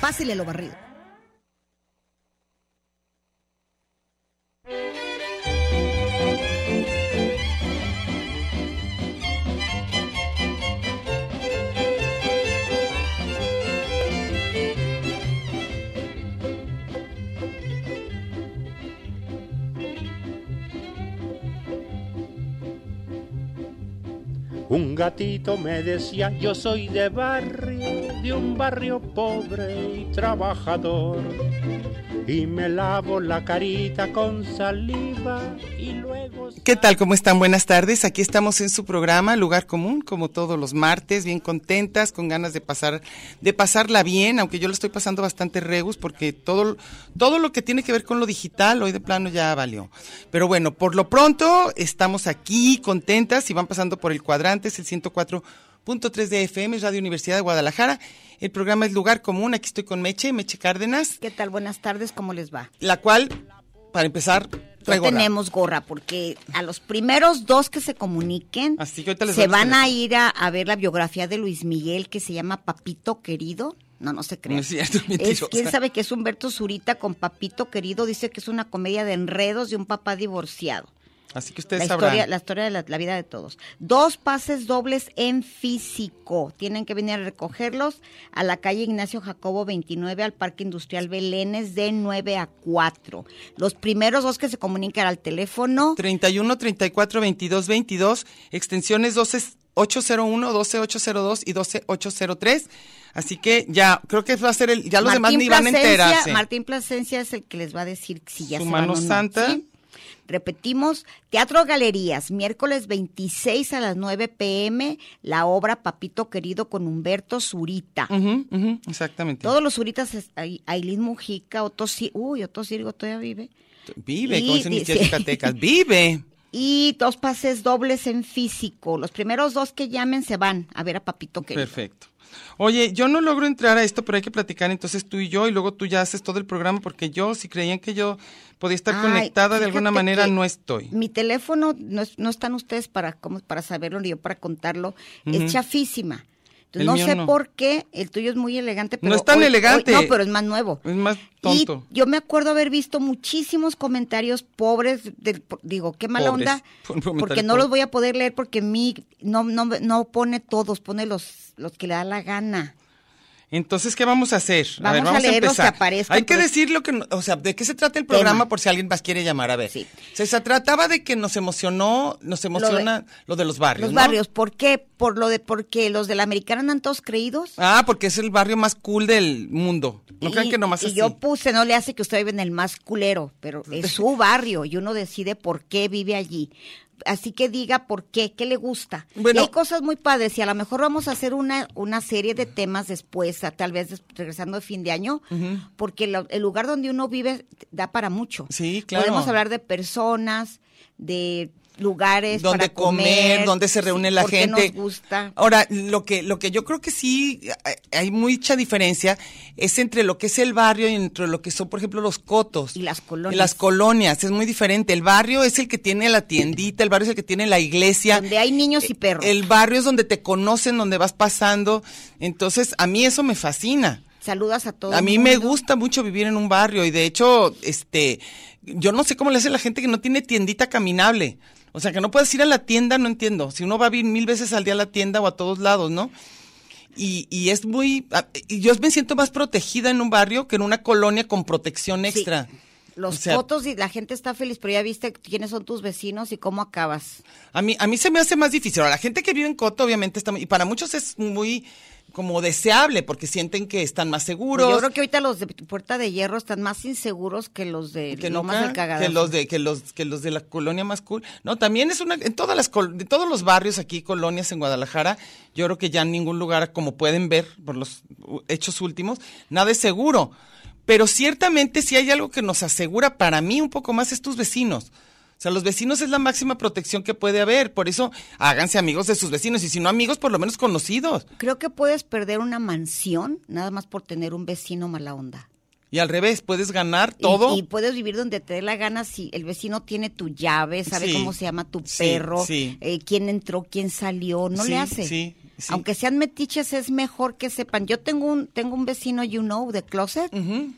Pásele lo barrido. Un gatito me decía, yo soy de barrio, de un barrio pobre y trabajador. Y me lavo la carita con saliva y luego... ¿Qué tal? ¿Cómo están? Buenas tardes. Aquí estamos en su programa Lugar Común, como todos los martes, bien contentas, con ganas de pasar, de pasarla bien, aunque yo lo estoy pasando bastante regus, porque todo, todo lo que tiene que ver con lo digital hoy de plano ya valió. Pero bueno, por lo pronto estamos aquí contentas y van pasando por el cuadrante, es el 104.3 de FM, es Radio Universidad de Guadalajara. El programa es Lugar Común, aquí estoy con Meche, Meche Cárdenas, ¿Qué tal? Buenas tardes, ¿cómo les va? la cual, para empezar, No traigo... tenemos gorra porque a los primeros dos que se comuniquen Así que ahorita les se doy los van a teléfonos. ir a, a ver la biografía de Luis Miguel que se llama Papito Querido. No, no se cree. No es cierto, mentirosa. quién sabe que es Humberto Zurita con Papito Querido. Dice que es una comedia de enredos de un papá divorciado. Así que La ustedes sabrán. historia, la historia de la, la vida de todos. Dos pases dobles en físico. Tienen que venir a recogerlos a la calle Ignacio Jacobo 29 al Parque Industrial Belénes de 9 a 4. Los primeros dos que se comunican al teléfono. 31 34 22 22, extensiones 12 801, 12 802 y 12 803. Así que ya, creo que va a ser el. Ya los demás ni van a Plasencia- enterarse. Martín Plasencia es el que les va a decir si ya Su se mano van o no, santa. ¿sí? Repetimos, Teatro Galerías, miércoles 26 a las 9 pm, la obra Papito Querido con Humberto Zurita. Ujú, ujú, exactamente. Todos los zuritas, es- Ai- Ailín Mujica, Otto Ci- uy, Otto Sirgo todavía vive. Vive, Y como dicen mis tías dice- yucatecas. Vive. Y dos pases dobles en físico. Los primeros dos que llamen se van a ver a Papito Querido. Perfecto. Oye, yo no logro entrar a esto, pero hay que platicar entonces tú y yo, y luego tú ya haces todo el programa, porque yo, si creían que yo podía estar Ay, conectada de alguna fíjate manera, que no estoy. Mi teléfono, no, es- no están ustedes para, como, para saberlo ni yo para contarlo, Ujú. es chafísima. Entonces, El no mío sé no. por qué, el tuyo es muy elegante. Pero No es tan hoy- hoy- elegante. no, pero es más nuevo. Es más tonto. Y yo me acuerdo haber visto muchísimos comentarios pobres, del, po- digo, qué mala Pobres. onda, Fue un comentario porque no pobre. los voy a poder leer porque mi no, no, no pone todos, pone los, los que le da la gana. Entonces, ¿qué vamos a hacer? a Vamos ver, a vamos a, leer los que empezar. aparezcan, Hay que pues. decir lo que, no- o sea, de qué se trata el programa por si alguien más quiere llamar. A ver, Sí. se, se trataba de que nos emocionó, nos emociona lo de, los barrios. Los ¿no? barrios, ¿por qué? Por lo de, porque los de la americana andan todos creídos. Ah, porque es el barrio más cool del mundo. No crean que nomás y así. yo puse, no le hace que usted vive en el más culero, pero es su barrio y uno decide por qué vive allí. Así que diga por qué, qué le gusta. Bueno. Y hay cosas muy padres y a lo mejor vamos a hacer una, una serie de temas después, a- tal vez des- regresando de fin de año, porque lo- el lugar donde uno vive da para mucho. Sí, claro. Podemos hablar de personas, de lugares donde para comer, dónde se reúne la por qué gente. nos gusta. Ahora, lo que lo que yo creo que sí eh, hay mucha diferencia es entre lo que es el barrio y entre lo que son, por ejemplo, los cotos Y las colonias. las colonias es muy diferente. El barrio es el que tiene la tiendita, el barrio es el que tiene la iglesia. Eh, Donde hay niños y perros. El barrio es donde te conocen, donde vas pasando. Entonces, a mí eso me fascina. Saludas a todos. A mí me gusta mucho vivir en un barrio y de hecho, este, yo no sé cómo le hace la gente que no tiene tiendita caminable. O sea, que no puedes ir a la tienda, no entiendo. Si uno va a ir mil veces al día a la tienda o a todos lados, ¿no? Y, y es muy... a- Y yo me siento más protegida en un barrio que en una colonia con protección extra. Los O sea- fotos y la gente está feliz, pero ya viste quiénes son tus vecinos y cómo acabas. A mí, a mí se me hace más difícil. Ahora, la gente que vive en Coto, obviamente, está, muy- y para muchos es muy como deseable porque sienten que están más seguros. Pues Yo creo que ahorita los de Puerta de Hierro están más inseguros que los de que Lomas nunca, del Cagadazo. que los de que los que los de la colonia más cool no también es una en todas las col- de todos los barrios aquí colonias en Guadalajara yo creo que ya en ningún lugar como pueden ver por los u- hechos últimos nada es seguro pero ciertamente si hay algo que nos asegura para mí un poco más es tus vecinos o sea, los vecinos es la máxima protección que puede haber. Por eso, háganse amigos de sus vecinos. Y si no amigos, por lo menos conocidos. Creo que puedes perder una mansión nada más por tener un vecino mala onda. Y al revés, puedes ganar Y- todo. Y, puedes vivir donde te dé la gana si el vecino tiene tu llave, sabe Sí, cómo se llama tu sí, perro, sí. eh, quién entró, quién salió, no Sí, le hace. sí, sí. Aunque sean metiches, es mejor que sepan. Yo tengo un, tengo un vecino, you know, de closet, Ujú.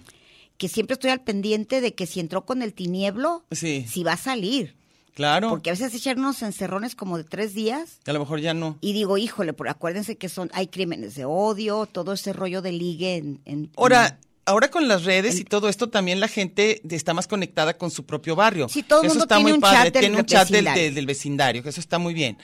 que siempre estoy al pendiente de que si entró con el tinieblo, Sí. si va a salir. Claro. Porque a veces echan unos encerrones como de tres días. a lo mejor ya no. Y digo, híjole, pero acuérdense que son, hay crímenes de odio, todo ese rollo de ligue en, en- Ahora, Mm. ahora con las redes y todo esto también la gente está más conectada con su propio barrio. Sí, todo el eso mundo está tiene muy un padre, chat del tiene un chat del, vecindario. del- del vecindario, que eso está muy bien.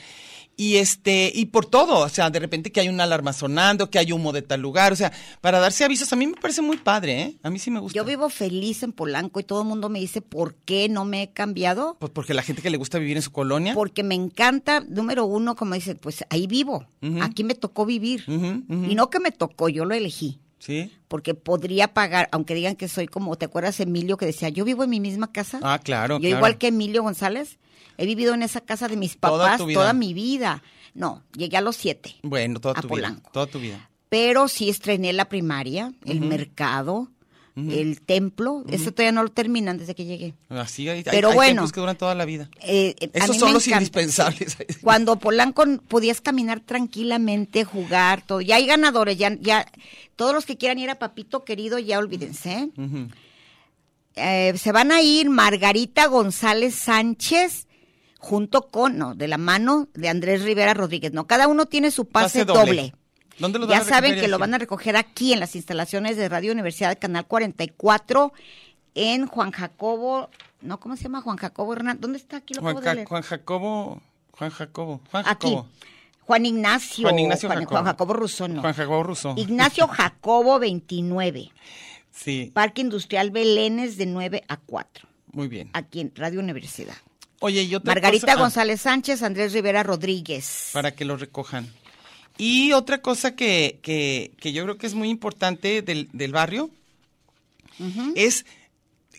Y este, y por todo, o sea, de repente que hay una alarma sonando, que hay humo de tal lugar, o sea, para darse avisos, a mí me parece muy padre, ¿eh? A mí sí me gusta. Yo vivo feliz en Polanco y todo el mundo me dice, ¿por qué no me he cambiado? Pues porque la gente que le gusta vivir en su colonia. Porque me encanta, número uno, como dice, pues ahí vivo, Ujú. aquí me tocó vivir. Ujú, ujú. Y no que me tocó, yo lo elegí. Sí. Porque podría pagar, aunque digan que soy como, ¿te acuerdas Emilio que decía, yo vivo en mi misma casa? Ah, claro, Yo claro. igual que Emilio González, he vivido en esa casa de mis Toda papás tu toda, vida. mi vida. No, llegué a los siete. Bueno, toda A tu Polanco. vida. Toda tu vida. pero sí estrené la primaria, el mercado, el templo. Eso todavía no lo terminan desde que llegué. Así hay, hay- Pero hay bueno. tiempos que duran toda la vida. Eh, eh, a Esos mí son me los encanta. indispensables. Cuando Polanco podías caminar tranquilamente, jugar, todo. Ya hay ganadores, ya, ya todos los que quieran ir a Papito Querido, ya olvídense. ¿eh? Ujú. Eh, se van a ir Margarita González Sánchez junto con, no, de la mano de Andrés Rivera Rodríguez. No, cada uno tiene su Pase pase, doble. doble. ¿Dónde los van a ya recoger saben y que lo así? van a recoger aquí en las instalaciones de Radio Universidad Canal 44 en Juan Jacobo, no, ¿cómo se llama? Juan Jacobo Hernández. ¿Dónde está aquí? Lo Juan, acabo de Ca- leer. Juan Jacobo, Juan Jacobo, Juan aquí. Jacobo. Juan Ignacio. Juan Ignacio Juan, Jacobo. Juan Jacobo Rousseau, no. Juan Jacobo Russo. Ignacio Jacobo 29. Sí, Parque Industrial Belénes de 9 a 4. muy bien. Aquí en Radio Universidad. Oye, yo Margarita ah. González Sánchez, Andrés Rivera Rodríguez. para que lo recojan. Y otra cosa que, que, que yo creo que es muy importante del, del barrio es,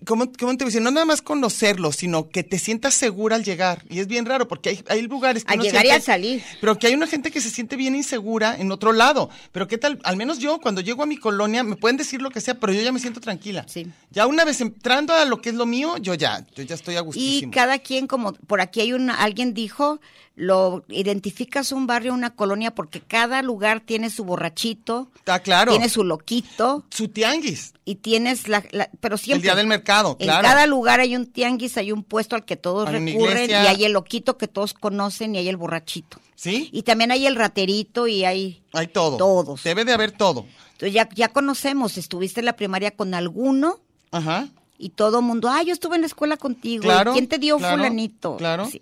¿cómo, cómo te voy a decir? No nada más conocerlo, sino que te sientas segura al llegar. Y es bien raro porque hay, hay lugares que... Al uno llegar y siente- al Ah, salir. Pero que hay una gente que se siente bien insegura en otro lado. Pero qué tal, al menos yo cuando llego a mi colonia, me pueden decir lo que sea, pero yo ya me siento tranquila. Sí. Ya una vez entrando a lo que es lo mío, yo ya, yo ya estoy a Y gustísimo. cada quien, como por aquí hay una, alguien dijo, lo identificas un barrio, una colonia, porque cada lugar tiene su borrachito, Está Ah, claro. tiene su loquito su tianguis. y tienes la, la- pero siempre El día del mercado, en claro. cada lugar hay un tianguis, hay un puesto al que todos Hay una recurren y iglesia. hay el loquito que todos conocen y hay el borrachito ¿Sí? y también hay el raterito y hay Hay todo. Todos. Debe de haber todo. entonces ya ya conocemos, estuviste en la primaria con alguno Ajá. y todo mundo, ah, yo estuve en la escuela contigo, ¿y Claro, ¿quién te dio claro, fulanito? claro. Sí.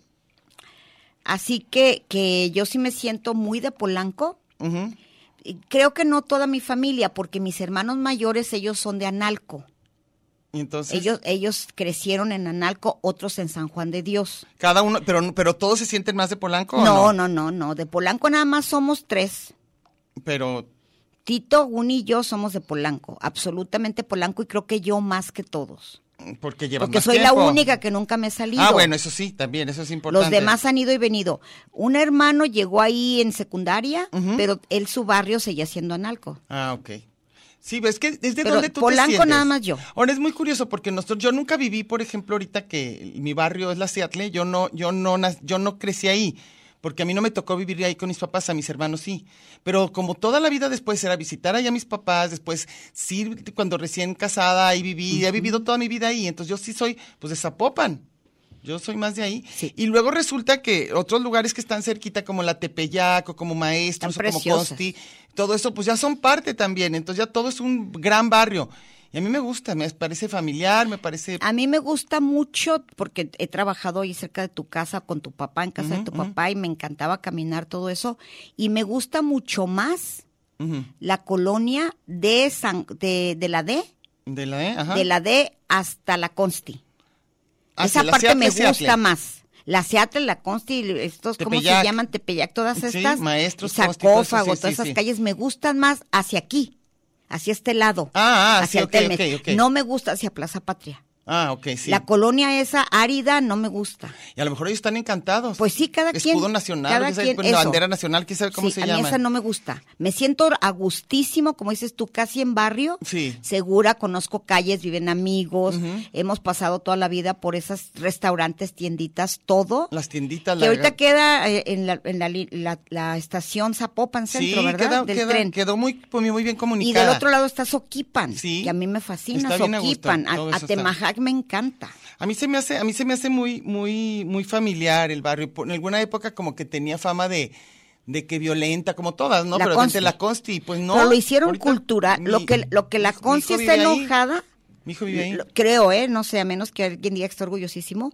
Así que, que yo sí me siento muy de Polanco. Ujú. Y Creo que no toda mi familia, porque mis hermanos mayores, ellos son de Analco. Y entonces Ellos, ellos crecieron en Analco, otros en San Juan de Dios. cada uno, pero pero todos se sienten más de Polanco o No, no? no, no, no. De Polanco nada más somos tres. Pero Tito, Guni y yo somos de Polanco, absolutamente Polanco, y creo que yo más que todos. porque llevan Porque más soy la tiempo. única que nunca me he salido. Ah, bueno, eso sí, también, eso es importante. Los demás han ido y venido. Un hermano llegó ahí en secundaria, Ujú. pero él su barrio seguía siendo analco. Ah, ok. Sí, ves que es de Pero donde tú te Polanco sientes. nada más yo. Ahora es muy curioso porque nosotros, yo nunca viví, por ejemplo, ahorita que mi barrio es la Seattle, yo no, yo no, nas- yo no crecí ahí. Porque a mí no me tocó vivir ahí con mis papás, a mis hermanos sí. Pero como toda la vida después era visitar ahí a mis papás, después sí, cuando recién casada ahí viví, he vivido toda mi vida ahí. Entonces yo sí soy, pues de Zapopan. Yo soy más de ahí. Sí. Y luego resulta que otros lugares que están cerquita, como la Tepeyac, o como Maestros, Están o como preciosas. Consti, todo eso pues ya son parte también, entonces ya todo es un gran barrio. Y a mí me gusta, me parece familiar, me parece... A mí me gusta mucho porque he trabajado ahí cerca de tu casa, con tu papá, en casa de tu papá, y me encantaba caminar todo eso. Y me gusta mucho más Ujú. la colonia de, San, de, de la D, De la E, ajá. de la D hasta la Consti. Ah, Esa sí, la parte Seattle, me gusta Seattle. más. La Seattle, la Consti, estos, ¿cómo Tepeyac. se llaman? Tepeyac, todas Sí, estas. maestros, Consti, todo eso, sarcófago, sí, todas sí, esas sí. calles me gustan más hacia aquí, hacia este lado. Ah, ah, hacia sí, el ok, Telmex. ok, ok. No me gusta hacia Plaza Patria. Ah, ok, sí. La colonia esa árida no me gusta. Y a lo mejor ellos están encantados. Pues sí, cada quien. Escudo nacional, cada quién sabe, quien, con la eso. bandera nacional, quién sabe cómo Sí, se a mí llama. esa no me gusta. Me siento a gustísimo, como dices tú, casi en barrio. Sí. Segura, conozco calles, viven amigos. Hemos pasado toda la vida por esas restaurantes, tienditas, todo. Las tienditas, que la... ahorita queda eh, en la, en la li- la- la estación Zapopan Sí, Centro, ¿verdad? queda- Del queda- tren. quedó muy, pues, muy bien y comunicada. del otro lado está Soquipan, Sí. que a mí me fascina. Está bien a gusto, Soquipan, todo a, eso está. Atemajac me encanta. A mí se me hace, a mí se me hace muy, muy, muy familiar el barrio. Por- En alguna época como que tenía fama de, de que violenta, como todas, ¿no? La Pero Consti. entre la Consti, pues no. Pero lo hicieron Ahorita cultural. mi- lo que lo que la mi- mi Consti hijo está vive ahí. enojada. Mi hijo vive ahí. lo- creo, ¿eh? No sé, a menos que alguien diga que está orgullosísimo.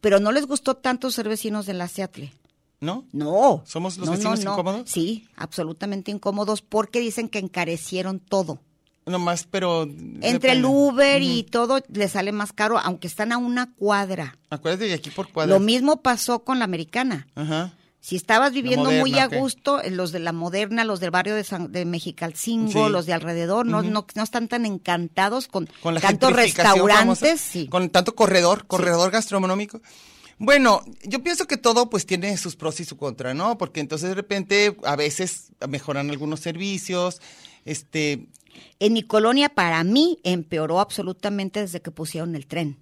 Pero no les gustó tanto ser vecinos de la Seattle. ¿No? No. ¿Somos los No, no, vecinos no. incómodos? Sí, absolutamente incómodos porque dicen que encarecieron todo. Nomás, pero... Entre el depende. Uber y todo les sale más caro, aunque están a una cuadra. Acuérdate de aquí por cuadras. Lo mismo pasó con la americana. Ajá. Si estabas viviendo moderna, muy a ok. gusto, eh, los de la moderna, los del barrio de, San, de Mexicalcingo, Sí. los de alrededor, no, no, no están tan encantados con, con la tantos gentrificación restaurantes. famosa, sí. con tanto corredor, corredor gastronómico. Bueno, yo pienso que todo pues tiene sus pros y su contra, ¿no? Porque entonces de repente a veces mejoran algunos servicios, este, En mi colonia, para mí, empeoró absolutamente desde que pusieron el tren.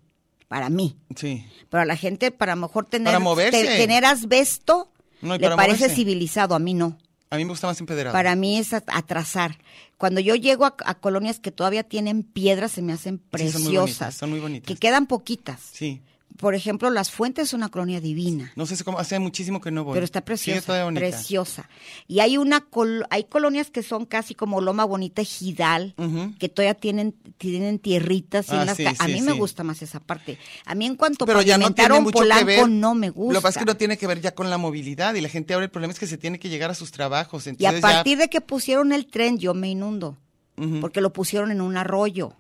Para mí. sí. Para la gente, para a lo mejor tener, Para moverse. te- tener asbesto, No, y le para parece moverse. civilizado, a mí no. A mí me gusta más empedrado. Para mí es at- atrasar. Cuando yo llego a, a colonias que todavía tienen piedras, se me hacen Sí, son preciosas. muy bonitas, son muy bonitas. Que quedan poquitas. Sí. Por ejemplo, Las Fuentes es una colonia divina. No sé si cómo, hace muchísimo que no voy. Pero está Sigue preciosa, todavía bonita. preciosa. Y hay una col- hay colonias que son casi como Loma Bonita, Gidal, Ujú. que todavía tienen tienen tierritas y Ah, en las sí, ca- a sí, mí me sí. gusta más esa parte. A mí en cuanto Pero ya no tiene pavimentaron mucho que Polanco ver. no me gusta. Lo que pasa es que no tiene que ver ya con la movilidad y la gente ahora el problema es que se tiene que llegar a sus trabajos. y Entonces a ya- partir de que pusieron el tren yo me inundo, Ujú. porque lo pusieron en un arroyo.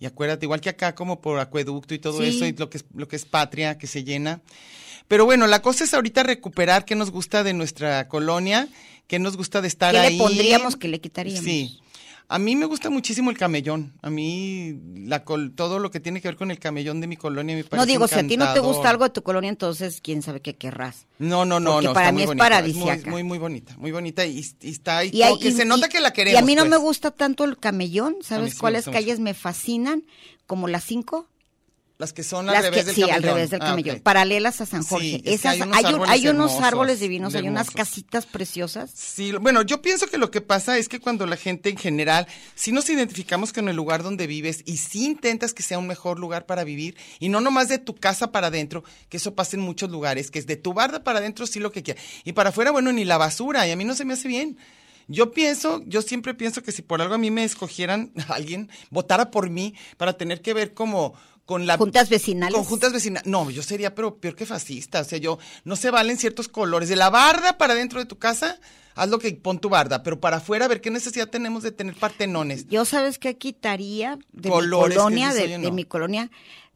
Y acuérdate, igual que acá, como por acueducto y todo Sí. eso, y lo que, es, lo que es patria, que se llena. Pero bueno, la cosa es ahorita recuperar qué nos gusta de nuestra colonia, qué nos gusta de estar ¿Qué le ahí. pondríamos, qué le quitaríamos? Sí. A mí me gusta muchísimo el camellón. A mí la col- todo lo que tiene que ver con el camellón de mi colonia me parece no digo, si a ti no te encantador. gusta algo de tu colonia, entonces quién sabe qué querrás. No, no, no, Porque no. para está mí muy es bonita, paradisiaca. muy, muy, muy bonita, muy bonita. Y, y está ahí. Y hay- como que y- se nota y- que la queremos. Y a mí no pues. me gusta tanto el camellón, A mí ¿sabes sí me cuáles gusta mucho. calles me fascinan? Como las cinco. Las que son al Las revés que, del sí, al camellón. revés del Ah, camellón. ok. Paralelas a San Jorge. Sí, es que Esas, hay hay, unos un- árboles hay unos hermosos, árboles divinos, hay unas hermosos. casitas preciosas. Sí, lo- bueno, yo pienso que lo que pasa es que cuando la gente en general, si nos identificamos con el lugar donde vives y si intentas que sea un mejor lugar para vivir y no nomás de tu casa para adentro, que eso pasa en muchos lugares, que es de tu barda para adentro sí lo que quiera. Y para afuera, bueno, ni la basura, y a mí no se me hace bien. Yo pienso, yo siempre pienso que si por algo a mí me escogieran alguien, votara por mí para tener que ver como con la Juntas vecinales. con juntas vecinales. No, yo sería, pero peor que fascista. O sea, yo no se valen ciertos colores. De la barda para dentro de tu casa, haz lo que pon tu barda. Pero para afuera, a ver qué necesidad tenemos de tener partenones. Yo sabes qué quitaría de Colores mi que colonia, dices, de, oye, de no. mi colonia.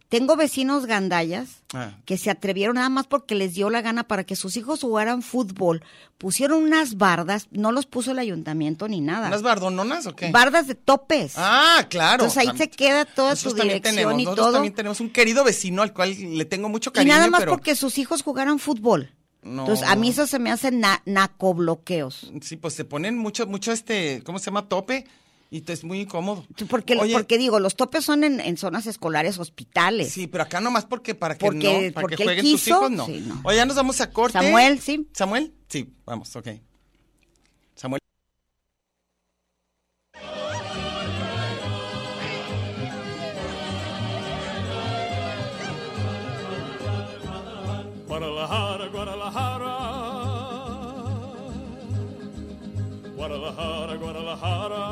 Tengo vecinos gandallas Ah. que se atrevieron nada más porque les dio la gana para que sus hijos jugaran fútbol. Pusieron unas bardas, no los puso el ayuntamiento ni nada. ¿Unas bardononas o qué? Bardas de topes. ah, claro. Entonces ahí También- se queda toda nosotros su también dirección tenemos, y nosotros todo. también tenemos un querido vecino al cual le tengo mucho cariño. y nada más pero- porque sus hijos jugaran fútbol. No. Entonces, a mí eso se me hacen na nacobloqueos. Sí, pues se ponen mucho, mucho este, ¿cómo se llama? Tope. Y te es muy incómodo. Tú, Porque, Oye, porque digo, los topes son en, en zonas escolares, hospitales. Sí, pero acá nomás porque para que Porque- no, para porque que él jueguen tus quiso, hijos, no. sí, no. Oye, ya nos vamos a corte. Samuel, sí. ¿Samuel? Sí, vamos, ok. Samuel. Guadalajara, Guadalajara. Guadalajara, Guadalajara.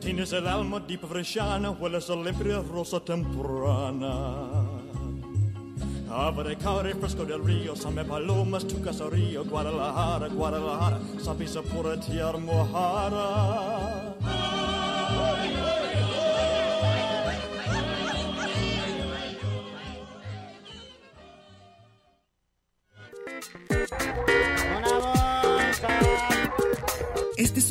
tienes el alma deep freshana, hueles a limpia rosa temprana. Abracare fresco del río, same palomas, tu caserío, Guadalajara, Guadalajara, sapisa pura tierra mojada. Este es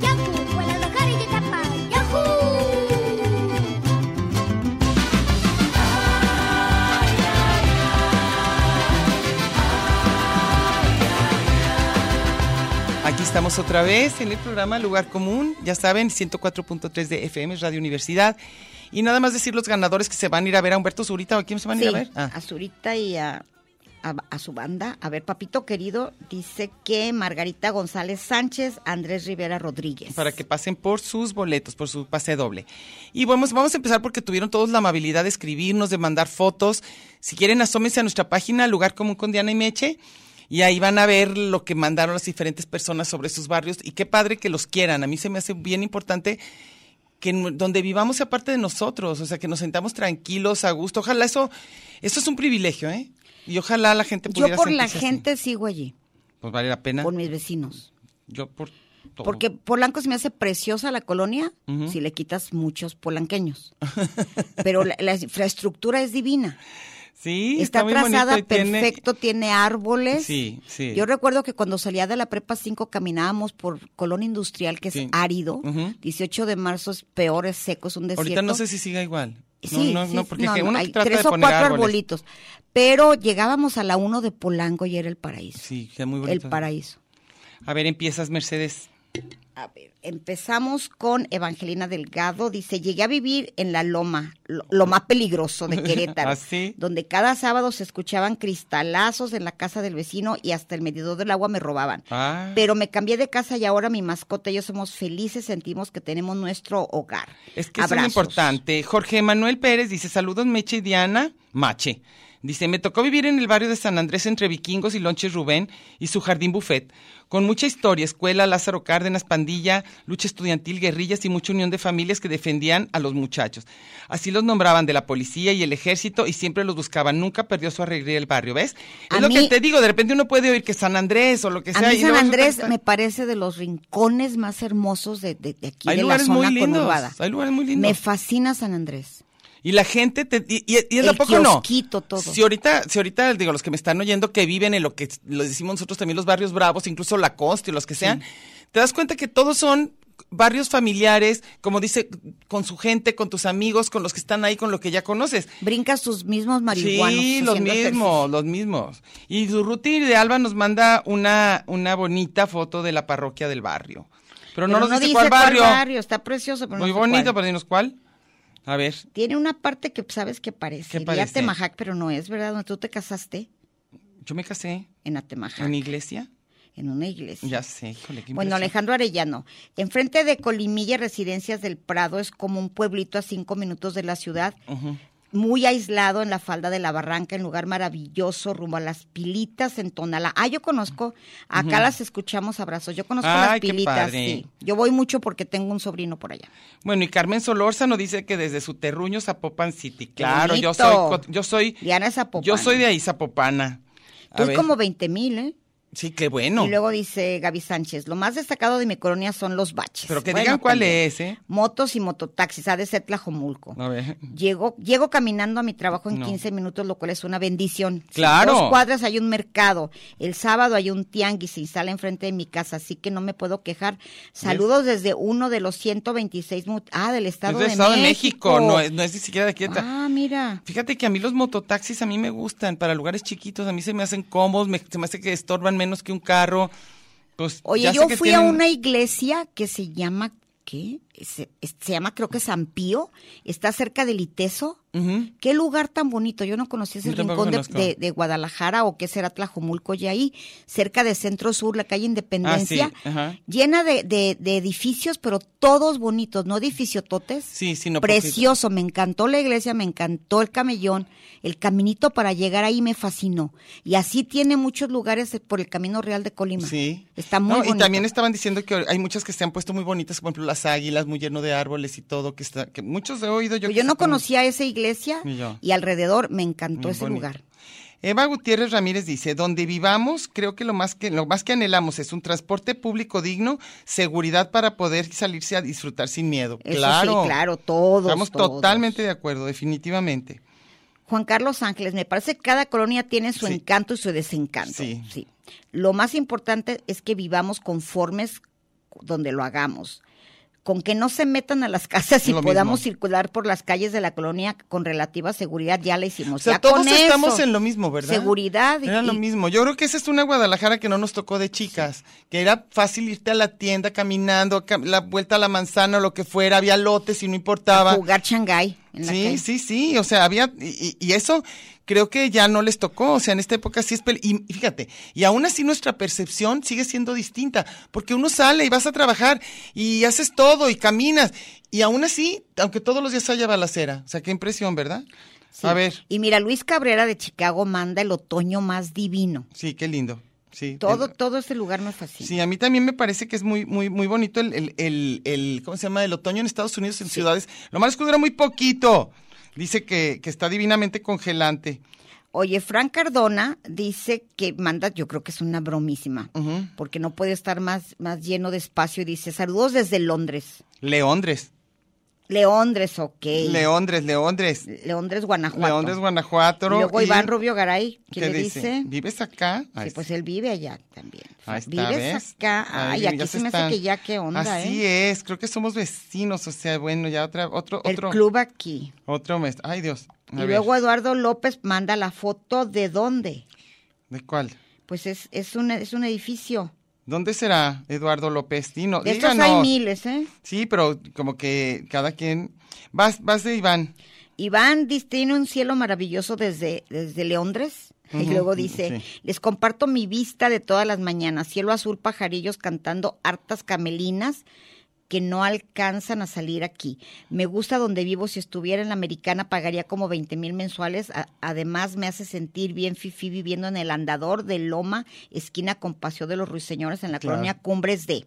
Yahoo, Guadalajara y Yucatán. Yahoo. Aquí estamos otra vez en el programa Lugar Común, ya saben, 104.3 de FM, Radio Universidad. Y nada más decir los ganadores que se van a ir a ver a Humberto Zurita o a quién se van a ir a ver. Ah, Zurita y a, a- a su banda. A ver, papito querido, dice que Margarita González Sánchez, Andrés Rivera Rodríguez. para que pasen por sus boletos, por su pase doble. Y vamos, vamos a empezar porque tuvieron todos la amabilidad de escribirnos, de mandar fotos. Si quieren, asómense a nuestra página Lugar Común con Diana y Meche. Y ahí van a ver lo que mandaron las diferentes personas sobre sus barrios. Y qué padre que los quieran. A mí se me hace bien importante que en- donde vivamos sea parte de nosotros, o sea, que nos sentamos tranquilos, a gusto. Ojalá eso, eso es un privilegio, ¿eh? Y ojalá la gente pudiera Yo por la sentirse así. gente sigo allí, Pues vale la pena. por mis vecinos. Yo por todo. Porque Polanco se me hace preciosa la colonia Ujú. si le quitas muchos polanqueños. Pero la- la infraestructura es divina. sí, Está, muy bonito trazada y tiene- perfecto, tiene, árboles. Sí, sí. Yo recuerdo que cuando salía de la prepa 5 caminábamos por Colón Industrial, que es Sí. árido. Ujú. 18 de marzo es peor, es seco, es un desierto. Ahorita no sé si siga igual. No, Sí, no, sí, no, porque no, que no, uno hay trata tres de o poner cuatro árboles. arbolitos. Pero llegábamos a la 1 de Polanco y era el paraíso. Sí, que muy el bonito. paraíso. A ver, empiezas, Mercedes. A ver, empezamos con Evangelina Delgado. Dice, llegué a vivir en la Loma, lo, lo más peligroso de Querétaro. ¿Ah, sí? Donde cada sábado se escuchaban cristalazos en la casa del vecino y hasta el medidor del agua me robaban. Ah, Pero me cambié de casa y ahora mi mascota y yo somos felices, sentimos que tenemos nuestro hogar. es que eso es Abrazos. muy importante. Jorge Manuel Pérez dice, saludos Meche y Diana. Mache. Dice, me tocó vivir en el barrio de San Andrés entre vikingos y lonches Rubén y su jardín buffet, con mucha historia, escuela, Lázaro Cárdenas, pandilla, lucha estudiantil, guerrillas y mucha unión de familias que defendían a los muchachos. Así los nombraban de la policía y el ejército y siempre los buscaban, nunca perdió su alegría el barrio, ¿ves? Es A lo mí- que te digo, de repente uno puede oír que San Andrés o lo que sea. A mí y San luego Andrés resulta que está- me parece de los rincones más hermosos de, de- de aquí, Hay de la lugares zona muy lindos, conurbada. hay lugares muy lindos. Me fascina San Andrés. Y la gente te, y, y- y es El a poco no. kiosquito, todo. Si ahorita, si ahorita digo los que me están oyendo que viven en lo que lo decimos nosotros también los barrios bravos, incluso la costa y los que sean, te das cuenta que todos son barrios familiares, como dice, con su gente, con tus amigos, con los que están ahí, con lo que ya conoces. Brincas tus mismos marihuanos. Sí, los haciendo ejercicio. mismos, los mismos. Y Durruti de Alba nos manda una, una bonita foto de la parroquia del barrio. Pero, no Pero nos dice, cuál barrio. Está precioso, pero no Muy sé bonito, cuál. pero dinos cuál. A ver. Tiene una parte que sabes que parece. ¿Qué Iría parece? Atemajac, pero no es, ¿verdad? Donde tú te casaste Yo me casé en Atemajac, en iglesia. en una iglesia. Ya sé, híjole, qué Bueno, impresión. Alejandro Arellano, enfrente de Colimilla Residencias del Prado es como un pueblito a cinco minutos de la ciudad. Ujú. muy aislado en la falda de la barranca, en lugar maravilloso, rumbo a las pilitas en Tonalá. Ah, yo conozco, acá las escuchamos abrazos, yo conozco las Ay, qué pilitas, padre. sí. Yo voy mucho porque tengo un sobrino por allá. Bueno, y Carmen Solórzano dice que desde su terruño Zapopan City. Claro, yo bonito. soy, co- yo soy, Diana es Zapopan. yo soy de ahí Zapopana. A Tú ver. como 20 mil, ¿eh? Sí, qué bueno. Y luego dice Gaby Sánchez, lo más destacado de mi colonia son los baches. Pero que Bueno, digan cuál también. es, ¿eh? Motos y mototaxis, ha de ser Tlajomulco. A ver. Llego, llego caminando a mi trabajo en No. 15 minutos, lo cual es una bendición. Claro. A dos cuadras hay un mercado. El sábado hay un tianguis y sale enfrente de mi casa, así que no me puedo quejar. Saludos desde uno de los 126. mu- Ah, del Es Estado, del de, Estado de México. México, no, es, no es ni siquiera de aquí. de Ta- Ah, mira. Fíjate que a mí los mototaxis a mí me gustan para lugares chiquitos, a mí se me hacen cómodos, me- se me hace que estorban menos que un carro. Pues, Oye, ya sé yo que fui a tienen- una iglesia que se llama, ¿qué? Se, es- se llama creo que San Pío, está cerca del Iteso. Ujú. Qué lugar tan bonito. Yo no conocí ese Yo tampoco rincón de, conozco. de- de Guadalajara o qué será Tlajomulco y ahí, cerca de Centro Sur, la calle Independencia, Ah, ajá. llena de, de- de edificios, pero todos bonitos, no edificiototes. Sí, sí, no, porque- Precioso, me encantó la iglesia, me encantó el camellón, el caminito para llegar ahí me fascinó. Y así tiene muchos lugares por el Camino Real de Colima. Sí. Está muy No, bonito. Y también estaban diciendo que hay muchas que se han puesto muy bonitas, por ejemplo, las águilas, muy lleno de árboles y todo, que, está, que muchos he oído. Yo, Pero que yo no se ponen- conocía esa iglesia Ni yo. y alrededor me encantó Muy ese bonito. lugar. Eva Gutiérrez Ramírez dice, donde vivamos, creo que lo más que lo más que anhelamos es un transporte público digno, seguridad para poder salirse a disfrutar sin miedo. Eso claro, sí, claro, todos. Estamos todos. totalmente de acuerdo, definitivamente. Juan Carlos Ángeles, me parece que cada colonia tiene su Sí. encanto y su desencanto. Sí. sí. Lo más importante es que vivamos conformes donde lo hagamos. Con que no se metan a las casas y Lo mismo. podamos circular por las calles de la colonia con relativa seguridad, ya la O hicimos. sea, Ya todos con estamos eso, en lo mismo, ¿verdad? Seguridad y- Era lo y- mismo. Yo creo que esa es una Guadalajara que no nos tocó de chicas, que era fácil irte a la tienda caminando, cam- la vuelta a la manzana o lo que fuera, había lotes y no importaba. Jugar Shanghái. en la Sí, calle. sí, sí, o sea, había, y, y- y eso creo que ya no les tocó, o sea, en esta época sí es, pel- y y fíjate, y aún así nuestra percepción sigue siendo distinta, porque uno sale y vas a trabajar y haces todo y caminas, y aún así, aunque todos los días haya balacera, o sea, qué impresión, ¿verdad? Sí. A ver, Y mira, Luis Cabrera de Chicago manda el otoño más divino. sí, qué lindo, sí. Todo, El- todo ese lugar me fascina. Sí, a mí también me parece que es muy, muy, muy bonito el, el, el, el- ¿cómo se llama? El otoño en Estados Unidos, en ciudades. Lo malo es que dura muy poquito. Dice que, que está divinamente congelante. Oye, Frank Cardona dice que manda, yo creo que es una bromísima, porque no puede estar más, más lleno de espacio. Y dice, saludos desde Londres. Leondres. Leondres, ok. Leondres, Leondres. Leondres, Guanajuato. Leondres, Guanajuato. Y Luego y- Iván Rubio Garay, que ¿qué le dice, ¿Vives acá? Ahí que está. pues él vive allá también. Ahí está, Vives ¿ves? acá. Ahí Ay, aquí ya se me hace están. que ya qué onda, Así ¿eh? es, creo que somos vecinos, o sea, bueno, ya otra, otro, El otro, club aquí. otro mes. Ay, Dios. A Y ver, luego Eduardo López manda la foto de dónde. ¿De cuál? Pues es, es, un, es un edificio. ¿Dónde será Eduardo López? Dino, De estos hay díganos. miles, ¿eh? Sí, pero como que cada quien. Vas, vas de Iván. Iván dis- tiene un cielo maravilloso desde, desde Leondres. Y Ujú, luego dice, sí. les comparto mi vista de todas las mañanas, cielo azul, pajarillos cantando hartas camelinas que no alcanzan a salir aquí. Me gusta donde vivo, si estuviera en la americana pagaría como 20 mil mensuales. A- además me hace sentir bien fifi viviendo en el andador de Loma, esquina con Paseo de los Ruiseñores en la Claro. colonia Cumbres de.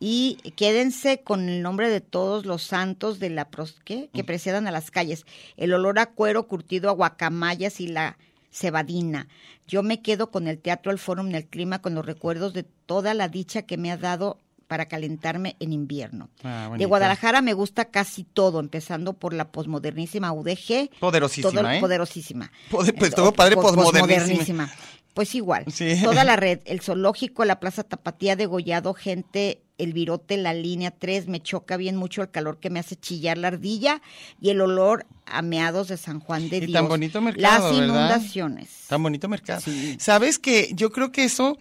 Y quédense con el nombre de todos los santos de la pros- ¿qué? que precedan a las calles. El olor a cuero curtido a guacamayas y la cebadina. Yo me quedo con el teatro, el fórum, el clima, con los recuerdos de toda la dicha que me ha dado para calentarme en invierno. Ah, de bonito. Guadalajara me gusta casi todo, empezando por la posmodernísima UDG. Poderosísima, Todo- ¿eh? Poderosísima. Poder- pues, Eh, todo padre, pos- posmodernísima. Pues igual. Sí. Toda la red, el zoológico, la plaza Tapatía, degollado, gente, el virote, la línea 3, me choca bien mucho el calor que me hace chillar la ardilla y el olor a meados de San Juan de Y tan Dios. bonito mercado, Las ¿verdad? inundaciones. Tan bonito mercado. Sabes que yo creo que eso,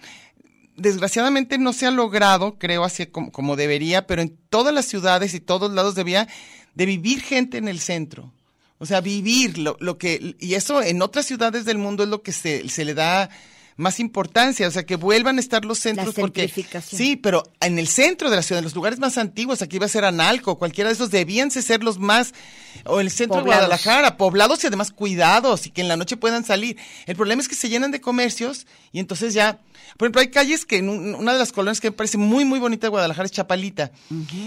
desgraciadamente, no se ha logrado, creo, así como, como debería, pero en todas las ciudades y todos lados debía de vivir gente en el centro. O sea, vivir lo, lo que, y eso en otras ciudades del mundo es lo que se, se le da más importancia, o sea, que vuelvan a estar los centros porque gentrificación. sí, pero en el centro de la ciudad, en los lugares más antiguos, aquí iba a ser Analco, cualquiera de esos debían ser los más o en el centro Poblados. de Guadalajara, poblados y además cuidados y que en la noche puedan salir. El problema es que se llenan de comercios y entonces ya, por ejemplo, hay calles que en un- una de las colonias que me parece muy muy bonita de Guadalajara es Chapalita.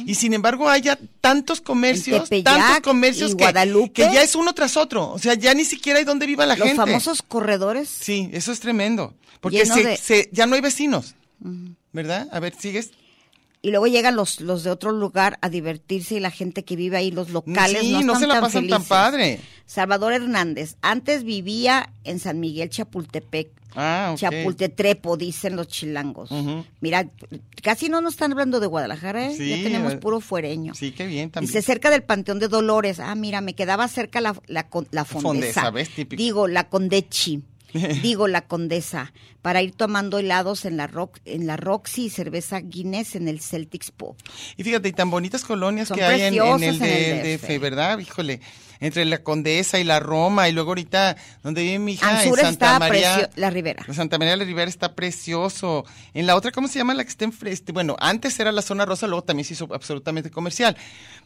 Y sin embargo, haya tantos comercios, Tepeyac tantos comercios y que, Guadalupe. que ya es uno tras otro, o sea, ya ni siquiera hay donde viva la Los gente. famosos corredores. Sí, eso es tremendo. Porque Lleno se- de- se- ya no hay vecinos, ¿verdad? A ver, ¿sigues? Y luego llegan los, los de otro lugar a divertirse y la gente que vive ahí, los locales, Sí, no, no están se la tan pasan tan felices. padre. Salvador Hernández, antes vivía en San Miguel Chapultepec. Ah, ok. Chapultetrepo, dicen los chilangos. Ujú. Mira, casi no nos están hablando de Guadalajara, ¿eh? Sí, ya tenemos eh, puro fuereño. Sí, qué bien también. Dice, cerca del Panteón de Dolores. Ah, mira, me quedaba cerca la, la, con- la fondesa. Fondesa, ¿ves? Típico. Digo, la condechi. Digo, la condesa. Para ir tomando helados en la, Roc- en la Roxy y cerveza Guinness en el Celtics Pub. Y fíjate, y tan bonitas colonias Son que hay en, en preciosas el, en de- el DF, DF, ¿verdad? Híjole, entre la Condesa y la Roma, y luego ahorita, donde vive mi hija, Ansura en Santa está María. Ah, precio- la Ribera. La Santa María de la Rivera está precioso. En la otra, ¿cómo se llama la que está en fre- este, Bueno, antes era la zona rosa, luego también se hizo absolutamente comercial.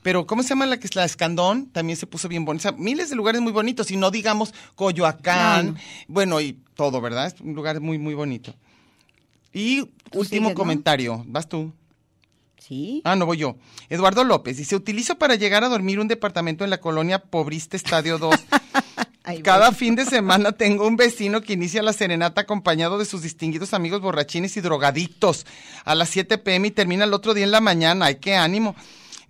Pero, ¿cómo se llama la que es la Escandón? También se puso bien bonita. O sea, miles de lugares muy bonitos. Y no digamos Coyoacán, No, no. bueno, y todo, ¿verdad? Es un lugar muy, muy bonito. Y Tú último sigues, ¿no? comentario, vas tú. ¿Sí? Ah, no voy yo. Eduardo López dice, utilizo para llegar a dormir un departamento en la colonia Pobrista Estadio 2. Ahí Cada voy. fin de semana tengo un vecino que inicia la serenata acompañado de sus distinguidos amigos borrachines y drogadictos a las 7 pm y termina el otro día en la mañana. ¡Ay, qué ánimo!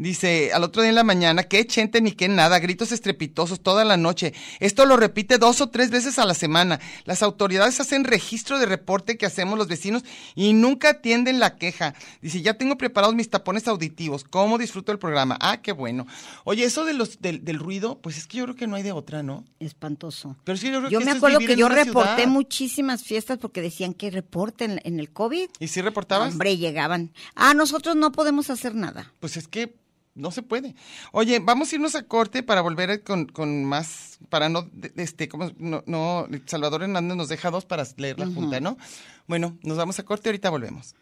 Dice, al otro día en la mañana, qué chente ni qué nada, gritos estrepitosos toda la noche. Esto lo repite dos o tres veces a la semana. Las autoridades hacen registro de reporte que hacemos los vecinos y nunca atienden la queja. Dice, ya tengo preparados mis tapones auditivos. ¿Cómo disfruto el programa? Ah, qué bueno. Oye, eso de los, del, del ruido, pues es que yo creo que no hay de otra, ¿no? Espantoso. Pero sí, yo creo Yo que me eso es acuerdo vivir que en yo una reporté ciudad. muchísimas fiestas porque decían que reporten en el COVID. ¿Y si reportabas? Hombre, llegaban. Ah, nosotros no podemos hacer nada. Pues es que no se puede. Oye, vamos a irnos a corte para volver con, con más, para no, de- este, ¿cómo es? no, no, Salvador Hernández nos deja dos para leer la junta, ¿no? Bueno, nos vamos a corte, ahorita volvemos.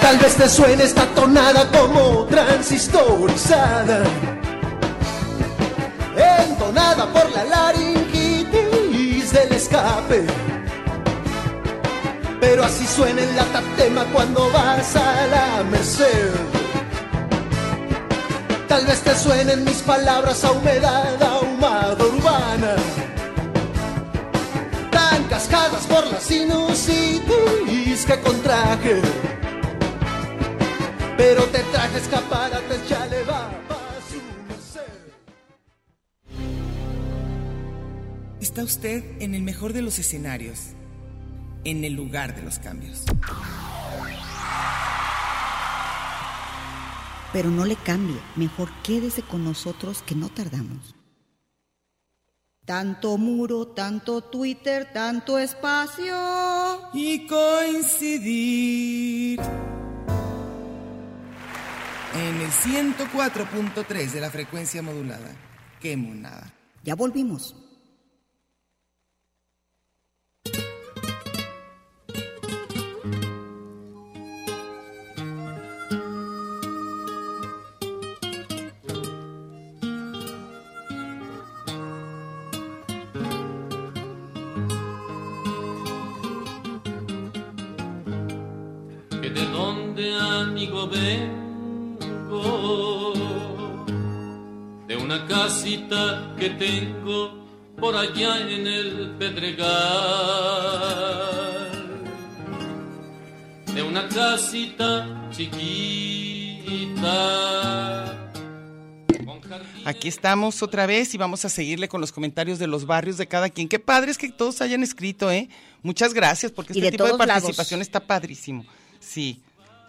Tal vez te suene esta tonada como transistorizada, entonada por la laringitis del escape. Pero así suena el latatema cuando vas a la merced. Tal vez te suenen mis palabras a humedad, ahumada urbana. Tan cascadas por la sinusitis que contraje. Pero te traje escaparate, ya le va pa' su merced. Está usted en el mejor de los escenarios, en el lugar de los cambios. Pero no le cambie. Mejor quédese con nosotros que no tardamos. Tanto muro, tanto Twitter, tanto espacio. Y coincidir. En el 104.3 de la frecuencia modulada. Qué monada. Ya volvimos. que de donde amigo vengo, de una casita que tengo por allá en el Pedregal, de una casita chiquita. con jardín Aquí estamos otra vez y vamos a seguirle con los comentarios de los barrios de cada quien. Qué padre es que todos hayan escrito, ¿eh? Muchas gracias, porque Y este de tipo de todos lados. participación está padrísimo. Sí.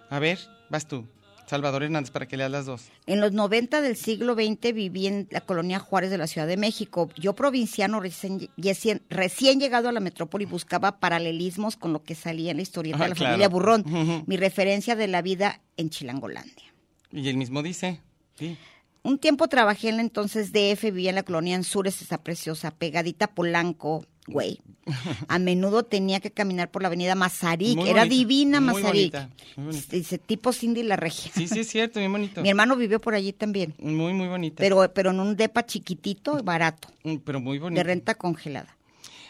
A ver, vas tú, Salvador Hernández, para que leas las dos. En los 90 del siglo XX viví en la colonia Juárez de la Ciudad de México. Yo, provinciano recién, recién- recién llegado a la metrópoli, buscaba paralelismos con lo que salía en la historieta Ah, de la claro. familia Burrón, Ujú. mi referencia de la vida en Chilangolandia. Y él mismo dice. Sí. Un tiempo trabajé en la entonces DF, vivía en la colonia Anzures, esa preciosa, pegadita a Polanco, güey. A menudo tenía que caminar por la avenida Mazarik, Muy era bonita, divina muy Mazarik. Este, bonita, muy bonita. Dice, tipo Cindy la Regia. Sí, sí, es cierto, bien bonito. Mi hermano vivió por allí también. Muy, muy bonita. pero, pero en un depa chiquitito y barato, Mm, Pero muy bonito. de renta congelada.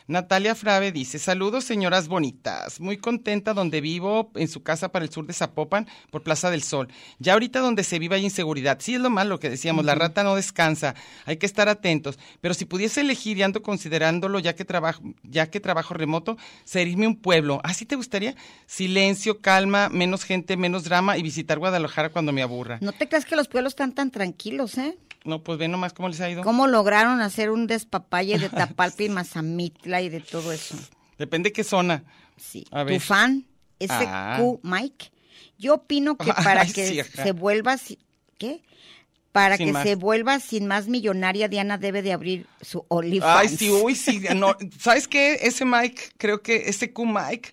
Natalia Frave dice, saludos señoras bonitas, muy contenta donde vivo, en su casa para el sur de Zapopan, por Plaza del Sol. Ya ahorita donde se vive hay inseguridad, sí es lo malo que decíamos, la rata no descansa, hay que estar atentos, pero si pudiese elegir y ando considerándolo ya que trabajo, ya que trabajo remoto, sería irme a un pueblo, ¿así te gustaría? Silencio, calma, menos gente, menos drama y visitar Guadalajara cuando me aburra. No te creas que los pueblos están tan tranquilos, ¿eh? No, pues ve nomás cómo les ha ido. ¿Cómo lograron hacer un despapalle de Tapalpa y Mazamitla y de todo eso? Depende qué zona. Sí. A Tu ver. fan, SQ Ah. Mike, yo opino que para Ay, que sí, ajá. se vuelva... si- ¿Qué? Para Sin que más. se vuelva sin más millonaria, Diana debe de abrir su OnlyFans. Ay, sí, uy, sí. No, ¿Sabes qué? Ese Mike, creo que, ese Q Mike,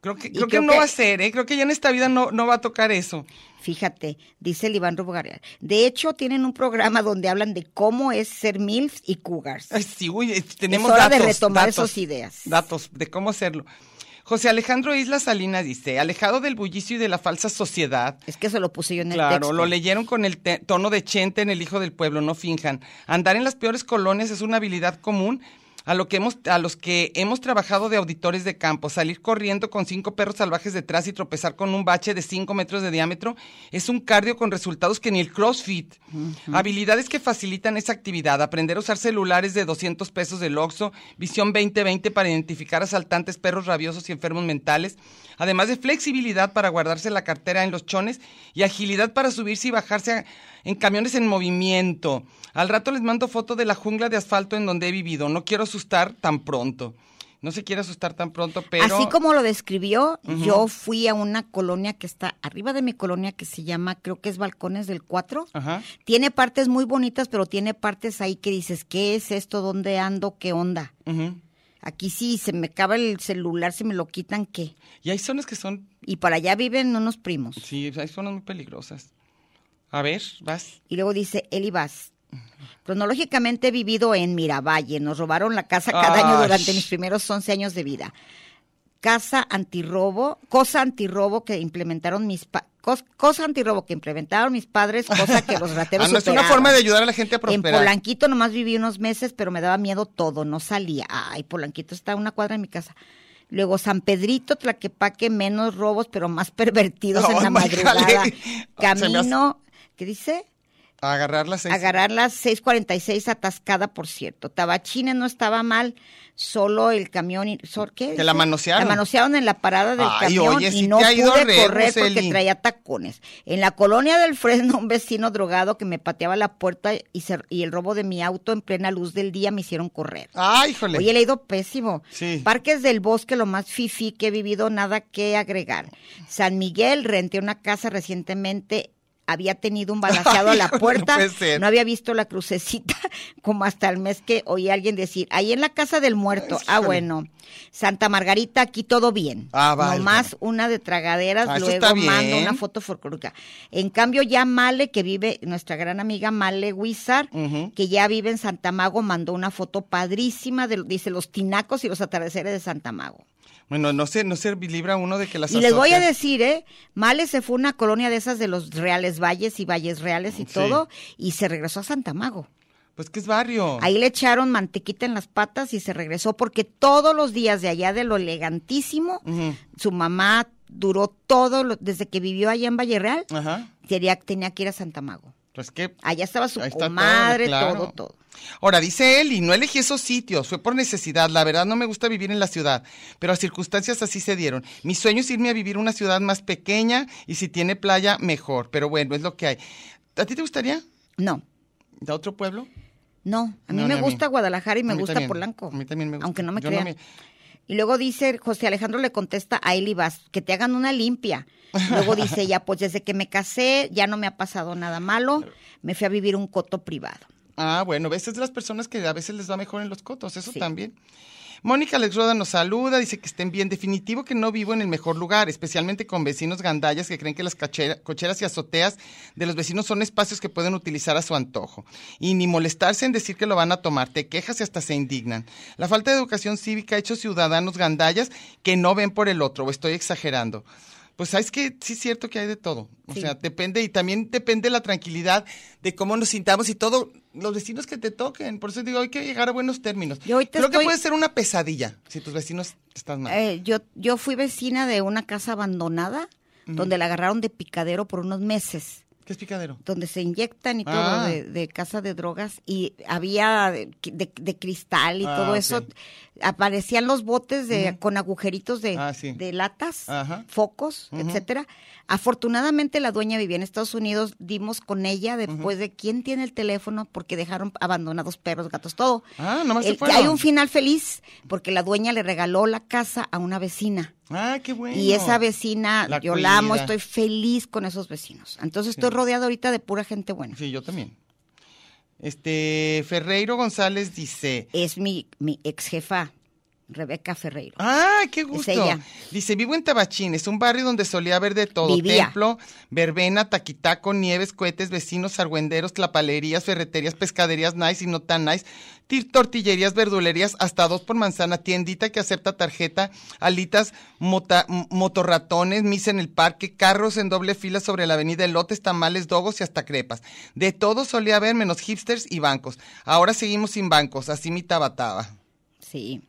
creo que, creo que creo no que- va a ser, ¿eh? Creo que ya en esta vida no, no va a tocar eso. Fíjate, dice el Iván Rubogareal. De hecho, tienen un programa donde hablan de cómo es ser MILFs y Cougars. Ay, sí, uy, eh, tenemos hora de datos. retomar datos, esas ideas. Datos de cómo hacerlo. José Alejandro Isla Salinas dice, alejado del bullicio y de la falsa sociedad, Es que se lo puse yo en el Claro, texto. lo leyeron con el te- tono de Chente en El Hijo del Pueblo, no finjan. Andar en las peores colonias es una habilidad común a, lo que hemos, a los que hemos trabajado de auditores de campo. Salir corriendo con cinco perros salvajes detrás y tropezar con un bache de cinco metros de diámetro es un cardio con resultados que ni el CrossFit. Habilidades que facilitan esa actividad. Aprender a usar celulares de 200 pesos del Oxxo, visión 2020 para identificar asaltantes, perros rabiosos y enfermos mentales además de flexibilidad para guardarse la cartera en los chones y agilidad para subirse y bajarse a- en camiones en movimiento. Al rato les mando foto de la jungla de asfalto en donde he vivido. No quiero asustar tan pronto. No se quiere asustar tan pronto, pero... Así como lo describió, yo fui a una colonia que está arriba de mi colonia que se llama, creo que es Balcones del 4. Ajá. Tiene partes muy bonitas, pero tiene partes ahí que dices, ¿qué es esto? ¿Dónde ando? ¿Qué onda? ujú. Aquí sí, se me acaba el celular, si me lo quitan, ¿qué? Y hay zonas que son... Y para allá viven unos primos. Sí, hay zonas muy peligrosas. A ver, vas. Y luego dice Eli Vaz. Cronológicamente he vivido en Miravalle. Nos robaron la casa cada Ay. año durante mis primeros 11 años de vida. Casa antirrobo, cosa antirrobo que implementaron mis pa- cos- cosa antirrobo que implementaron mis padres, cosa que los rateros Ah, no, es una superaron. forma de ayudar a la gente a En prosperar. Polanquito nomás viví unos meses, pero me daba miedo todo, no salía. Ay, Polanquito está a una cuadra de mi casa. Luego San Pedrito, Tlaquepaque, menos robos, pero más pervertidos en Ay, la májale. madrugada. Se me Camino, ¿qué dice? A agarrar las seis. agarrar las 646 atascada, por cierto. Tabachina no estaba mal, solo el camión. y- sol- ¿qué? Que la manosearon. La manosearon en la parada del Ay, camión oye, y sí no te ha ido pude re, correr porque Roseli. traía tacones. En la colonia del Fresno, un vecino drogado que me pateaba la puerta y, cer- y el robo de mi auto en plena luz del día me hicieron correr. Ay, Ah, híjole. Oye, le he ido pésimo. Sí. Parques del Bosque, lo más fifi que he vivido, nada que agregar. San Miguel, renté una casa recientemente. Había tenido un balaseado a Ay, la hijo, no puerta. puede ser. No había visto la crucecita, como hasta el mes que oí a alguien decir, ahí en la casa del muerto. Ay, Ah, híjole. bueno. Santa Margarita, aquí todo bien. Ah, válgame. Nomás una de tragaderas, Ah, eso está luego mando bien. una foto folclórica. En cambio, ya Male, que vive, nuestra gran amiga Male Wizard, Ujú. que ya vive en Santa Mago, mandó una foto padrísima, de, dice, los tinacos y los atardeceres de Santa Mago. Bueno, no se, no se libra uno de que las Y les voy a azoten. decir, ¿eh? Male se fue a una colonia de esas de los Reales Valles y Valles Reales y Sí. todo, y se regresó a Santa Mago. Pues que es barrio. Ahí le echaron mantequita en las patas y se regresó porque todos los días de allá de lo elegantísimo, Ujú. su mamá duró todo, lo- desde que vivió allá en Valle Real, Ajá. tenía, tenía que ir a Santa Mago. Pues que Allá estaba su Ahí está todo, comadre, claro. todo, todo. Ahora, dice él, y no elegí esos sitios, fue por necesidad. La verdad no me gusta vivir en la ciudad, pero las circunstancias así se dieron. Mi sueño es irme a vivir a una ciudad más pequeña y si tiene playa, mejor. Pero bueno, es lo que hay. ¿A ti te gustaría? No, ¿De otro pueblo? No, a No, mí ni me a mí. gusta Guadalajara y me A mí gusta también. Polanco. A mí también me gusta. Aunque no me Yo crean. me- Y luego dice, José Alejandro le contesta a Eli Vaz, que te hagan una limpia. Luego dice ella, pues desde que me casé ya no me ha pasado nada malo, me fui a vivir un coto privado. Ah, bueno, ves, es de las personas que a veces les va mejor en los cotos, eso Sí. también. Mónica Alex Roda nos saluda, dice que estén bien. Definitivo que no vivo en el mejor lugar, especialmente con vecinos gandallas que creen que las cachera- cocheras y azoteas de los vecinos son espacios que pueden utilizar a su antojo. Y ni molestarse en decir que lo van a tomar, te quejas y hasta se indignan. La falta de educación cívica ha hecho ciudadanos gandallas que no ven por el otro, o estoy exagerando. Pues sabes que sí es cierto que hay de todo. O Sí. sea, depende y también depende la tranquilidad de cómo nos sintamos y todo, los vecinos que te toquen. Por eso digo, hay que llegar a buenos términos. Yo ahorita Creo estoy- que puede ser una pesadilla si tus vecinos están mal. Eh, yo, yo fui vecina de una casa abandonada, donde la agarraron de picadero por unos meses. ¿Qué es picadero? donde se inyectan y Ah. todo de, de casa de drogas y había de, de- de cristal y Ah, todo ok. eso aparecían los botes de con agujeritos de, Ah, sí. de latas Ajá. focos etcétera afortunadamente la dueña vivía en Estados Unidos dimos con ella después de quién tiene el teléfono porque dejaron abandonados perros gatos todo Ah, nomás se El- fueron. hay un final feliz porque la dueña le regaló la casa a una vecina Ah, qué bueno. y esa vecina, La yo la amo, cuida. estoy feliz con esos vecinos. Entonces estoy rodeado ahorita de pura gente buena. Sí, yo también. Este, Ferreiro González dice, Es mi, mi ex jefa, Rebeca Ferreiro. Ah, qué gusto. ella. Dice, vivo en Tabachín, es un barrio donde solía haber de todo. Vivía. Templo, verbena, taquitaco, nieves, cohetes, vecinos, argüenderos, tlapalerías, ferreterías, pescaderías nice y no tan nice, tir- tortillerías, verdulerías, hasta dos por manzana, tiendita que acepta tarjeta, alitas, mota- m- motorratones, misa en el parque, carros en doble fila sobre la avenida, elotes, tamales, dogos y hasta crepas. De todo solía haber menos hipsters y bancos. Ahora seguimos sin bancos, así mi tabataba. Sí.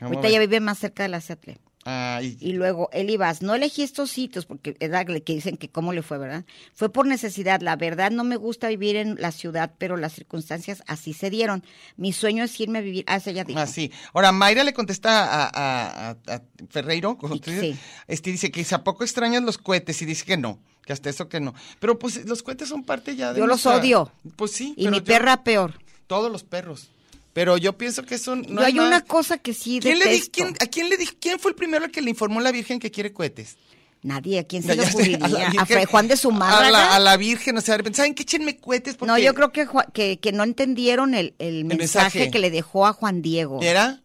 ¿Cómo Ahorita ves? ya vive más cerca de la Seatle. Ay, Y luego, Eli Vaz, no elegí estos sitios porque edad que dicen que cómo le fue, ¿verdad? Fue por necesidad. La verdad, no me gusta vivir en la ciudad, pero las circunstancias así se dieron. Mi sueño es irme a vivir. Ah, esa ya dijo. Así. Ahora, Mayra le contesta a, a- a- a Ferreiro, como Y- tú dices, sí. este, dice que dice, ¿a poco extrañas los cohetes? Y dice que no, que hasta eso que no. Pero pues los cohetes son parte ya de Yo los nuestra- odio. Pues sí. Y pero mi yo- perra peor. Todos los perros. Pero yo pienso que eso no yo hay más. una cosa que sí ¿Quién le di- detesto. quién- ¿A quién le dijo? ¿Quién fue el primero al que le informó la Virgen que quiere cohetes? Nadie, ¿a quién se Ya- le ya sé, ocurriría? la A, Virgen, Fray Juan de Zumárraga. A la, a la Virgen, o sea, de repente, ¿saben qué? Échenme cohetes porque... No, yo creo que, Ju- que, que no entendieron el, el mensaje, mensaje. que le dejó a Juan Diego. ¿Era?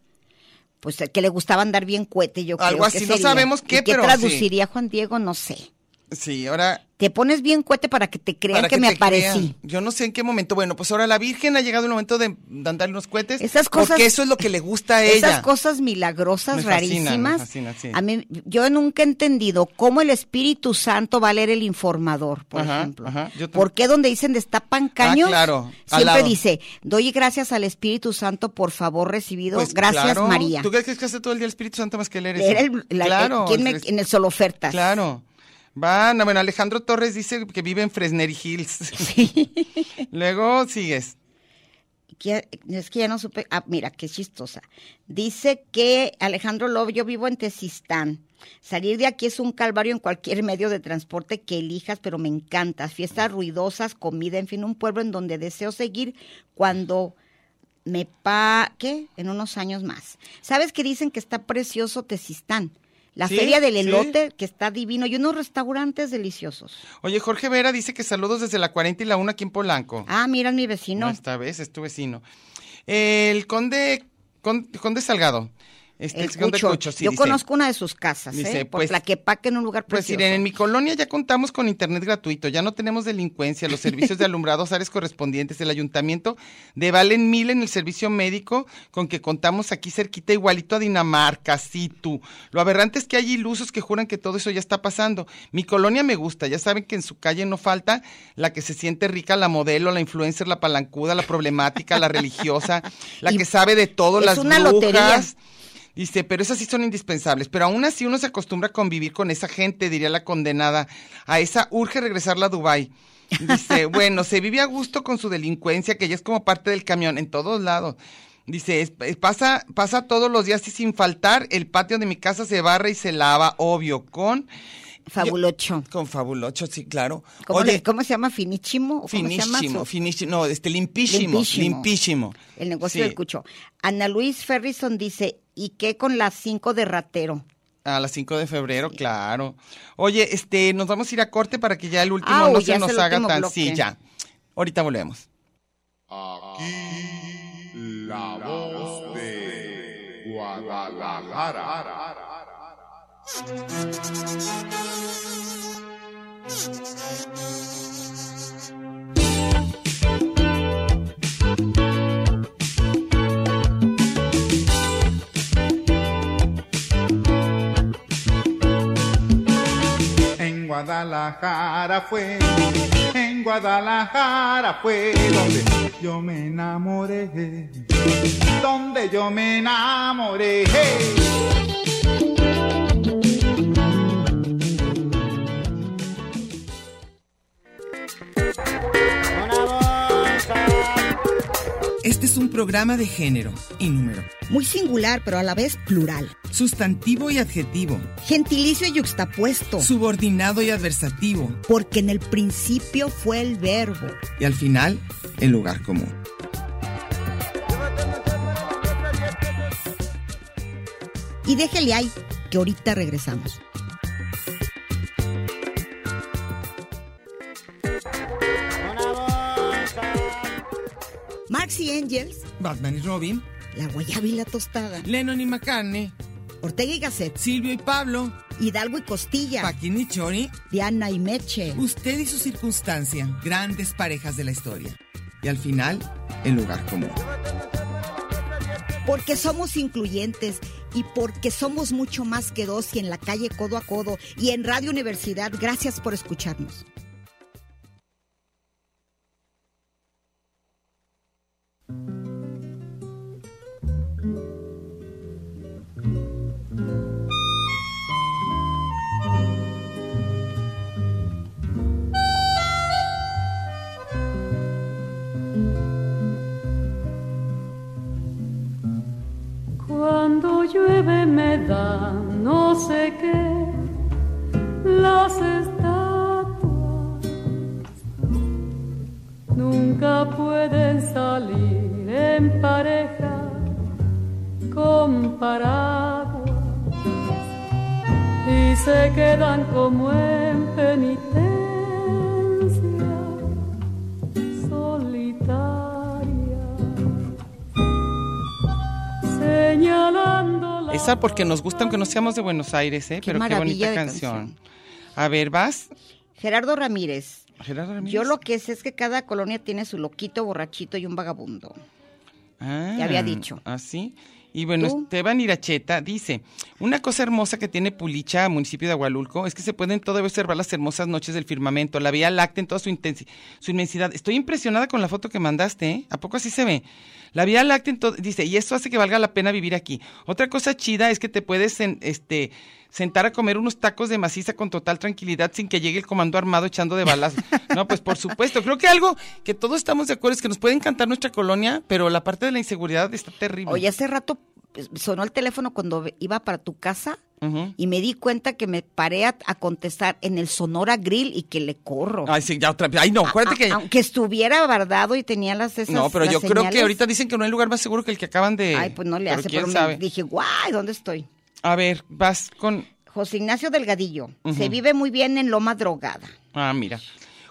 Pues eh, que le gustaba andar bien cohete, yo creo Algo que así, no sería. sabemos ¿Y qué, pero sí. traduciría Juan Diego? No sé. Sí, ahora... Te pones bien cohete para que te crean Para que, me te aparecí. crean. Yo no sé en qué momento. Bueno, pues ahora la Virgen ha llegado el momento de, de darle unos cohetes. Esas cosas- Porque eso es lo que le gusta a ella. Esas cosas milagrosas, Me fascina, rarísimas. me fascina, sí. A mí, yo nunca he entendido cómo el Espíritu Santo va a leer el informador, por Ajá, ejemplo. ajá, yo tam- Ah, ¿Por qué donde dicen destapan caños? claro, al Siempre lado. dice, doy gracias al Espíritu Santo por favor recibido. Pues, gracias, claro. María. ¿Tú crees que es que hace todo el día el Espíritu Santo más que leer eso? Era el, la- claro. el- ¿quién me- es- en el solo ofertas. Claro. Van, ah, bueno, Alejandro Torres dice que vive en Fresneri Hills. Luego sigues. Que- Es que ya no supe. Ah, mira, qué chistosa. Dice que Alejandro Lobo, yo vivo en Tezistán. Salir de aquí es un calvario en cualquier medio de transporte que elijas, pero me encanta. Fiestas ruidosas, comida, en fin, un pueblo en donde deseo seguir cuando me pa... ¿Qué? En unos años más. ¿Sabes que dicen que está precioso Tezistán? La Sí, feria del sí. elote, que está divino, y unos restaurantes deliciosos. Oye, Jorge Vera dice que saludos desde la 40 y la 1 aquí en Polanco. Ah, mira, es mi vecino. Esta vez es tu vecino. El conde, con- conde Salgado. Este, El es conde Cucho. Cucho, sí, Yo dice. conozco una de sus casas, Dice, ¿eh? Por pues- la que paca en un lugar Pues precioso. Irene, en mi colonia ya contamos con internet gratuito, ya no tenemos delincuencia, los servicios de alumbrados, áreas correspondientes, el ayuntamiento de Valen Mil en el servicio médico con que contamos aquí cerquita, igualito a Dinamarca, situ. Lo aberrante es que hay ilusos que juran que todo eso ya está pasando. Mi colonia me gusta, ya saben que en su calle no falta la que se siente rica, la modelo, la influencer, la palancuda, la problemática, la religiosa, la Y que sabe de todo, es las una brujas. lotería. Dice, pero esas sí son indispensables, pero aún así uno se acostumbra a convivir con esa gente, diría la condenada. A esa urge regresarla a Dubái. Dice, bueno, se vive a gusto con su delincuencia, que ya es como parte del camión, en todos lados. Dice, es- es- pasa, pasa todos los días y sin faltar, el patio de mi casa se barre y se lava, obvio, con... Fabulocho. Con fabulocho, sí, claro. ¿Cómo, Oye, le- cómo se llama? ¿Finichimo? ¿O cómo se llama su- finísimo, finísimo, no, este, limpísimo, Limpísimo. limpísimo. El negocio Sí, del cucho. Ana Luis Ferrison dice, ¿y qué con las cinco de ratero? A las 5 de febrero, claro. Oye, este, nos vamos a ir a corte para que ya el último Ah, no ya se es nos el haga último tan... bloque. Sí, ya. Ahorita volvemos. Aquí la voz de Guadalajara. En Guadalajara fue, en Guadalajara fue donde yo me enamoré, donde yo me enamoré. Este es un programa de género y número. Muy singular, pero a la vez plural. Sustantivo y adjetivo. Gentilicio y yuxtapuesto. Subordinado y adversativo. Porque en el principio fue el verbo. Y al final, el lugar común. Y déjele ahí, que ahorita regresamos. Marx y Angels, Batman y Robin. La guayaba y la tostada. Lennon y McCartney. Ortega y Gasset. Silvio y Pablo. Hidalgo y Costilla. Paquín y Chori. Diana y Meche. Usted y su circunstancia. Grandes parejas de la historia. Y al final, el lugar común. Porque somos incluyentes y porque somos mucho más que dos y en la calle codo a codo y en Radio Universidad. Gracias por escucharnos. Cuando llueve me da no sé qué las estatuas nunca pueden salir en pareja con paraguas y se quedan como en penitencia solitaria señalando la Esa porque nos gusta aunque no seamos de Buenos Aires, ¿eh? Pero qué maravilla bonita de canción. A ver, vas. Gerardo Ramírez. Gerardo Ramírez. Yo lo que sé es que cada colonia tiene su loquito, borrachito y un vagabundo. Ah, Ya había dicho. Así. Y bueno, ¿Tú? Esteban Iracheta dice, una cosa hermosa que tiene Pulicha, municipio de Agualulco, es que se pueden todavía observar las hermosas noches del firmamento, la Vía Láctea en toda su, intensi- su inmensidad. Estoy impresionada con la foto que mandaste, ¿eh? ¿A poco así se ve? La Vía Láctea en to- dice, y eso hace que valga la pena vivir aquí. Otra cosa chida es que te puedes en- este, sentar a comer unos tacos de maciza con total tranquilidad sin que llegue el comando armado echando de balazos. No, pues por supuesto. Creo que algo que todos estamos de acuerdo es que nos puede encantar nuestra colonia, pero la parte de la inseguridad está terrible. Oye, hace rato pues, sonó el teléfono cuando ve- iba para tu casa Ujú. y me di cuenta que me paré a, a contestar en el Sonora Grill y que le corro. Ay, sí, ya otra vez. Ay, no, acuérdate A- que... Aunque estuviera bardado y tenía las esas no, pero las yo creo que señales. ahorita dicen que no hay lugar más seguro que el que acaban de... Ay, pues no le pero hace, quién pero me sabe. dije, guay, ¿dónde estoy? A ver, vas con... José Ignacio Delgadillo. Se Ujú. vive muy bien en Loma Drogada. Ah, mira.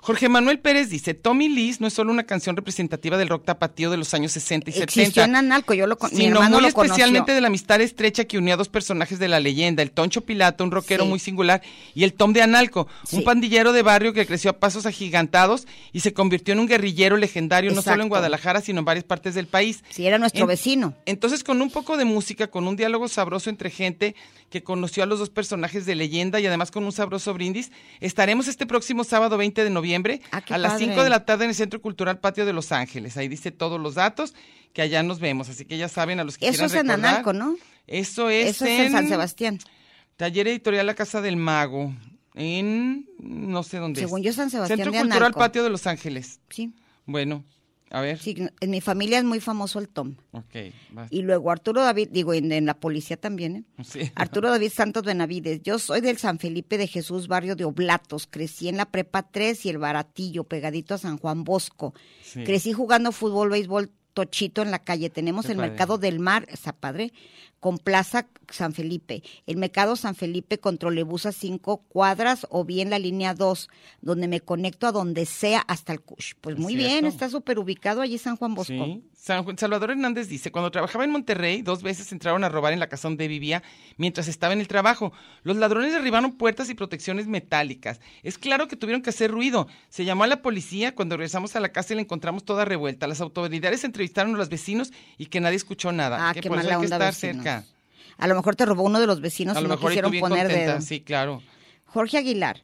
Jorge Manuel Pérez dice, Tommy Liz no es solo una canción representativa del rock tapatío de los años 60 y 70. Existió en Analco, yo lo con- mi sino hermano muy lo conoció. especialmente de la amistad estrecha que unía a dos personajes de la leyenda, el Toncho Pilato, un rockero Sí. muy singular, y el Tom de Analco, Sí. un pandillero de barrio que creció a pasos agigantados y se convirtió en un guerrillero legendario no solo Exacto. en Guadalajara, sino en varias partes del país. Sí, era nuestro En- vecino. Entonces, con un poco de música, con un diálogo sabroso entre gente que conoció a los dos personajes de leyenda y además con un sabroso brindis, estaremos este próximo sábado 20 de noviembre Ah, qué a las padre. 5 de la tarde en el Centro Cultural Patio de Los Ángeles. Ahí dice todos los datos, que allá nos vemos. Así que ya saben, a los que quieran Eso es en recordar, Analco, ¿no? Eso es, Eso es en San Sebastián. Taller Editorial La Casa del Mago, en no sé dónde es. Según yo, San Sebastián Centro de Cultural Analco. Patio de Los Ángeles. Sí. Bueno, A ver. Sí, en mi familia es muy famoso el Tom. Ok. vas. Y luego Arturo David, digo, en, en la policía también, ¿eh? Sí. Arturo David Santos Benavides. Yo soy del San Felipe de Jesús, barrio de Oblatos. Crecí en la Prepa 3 y el Baratillo, pegadito a San Juan Bosco. Sí. Crecí jugando fútbol, béisbol, tochito en la calle. Tenemos Qué el padre. Mercado del Mar, está padre, con Plaza San Felipe. El Mercado San Felipe con trolebús a cinco cuadras o bien la línea 2, donde me conecto a donde sea hasta el Cush. Pues Es muy cierto. bien, está súper ubicado allí San Juan Bosco. Sí. San Ju- Salvador Hernández dice, cuando trabajaba en Monterrey, dos veces entraron a robar en la casa donde vivía mientras estaba en el trabajo. Los ladrones derribaron puertas y protecciones metálicas. Es claro que tuvieron que hacer ruido. Se llamó a la policía, cuando regresamos a la casa y la encontramos toda revuelta. Las autoridades entrevistaron a los vecinos y que nadie escuchó nada. Ah, que qué por eso mala hay que onda, estar vecinos. cerca. A lo mejor te robó uno de los vecinos a y lo no mejor y tú quisieron bien poner contenta. dedo. Sí, claro. Jorge Aguilar.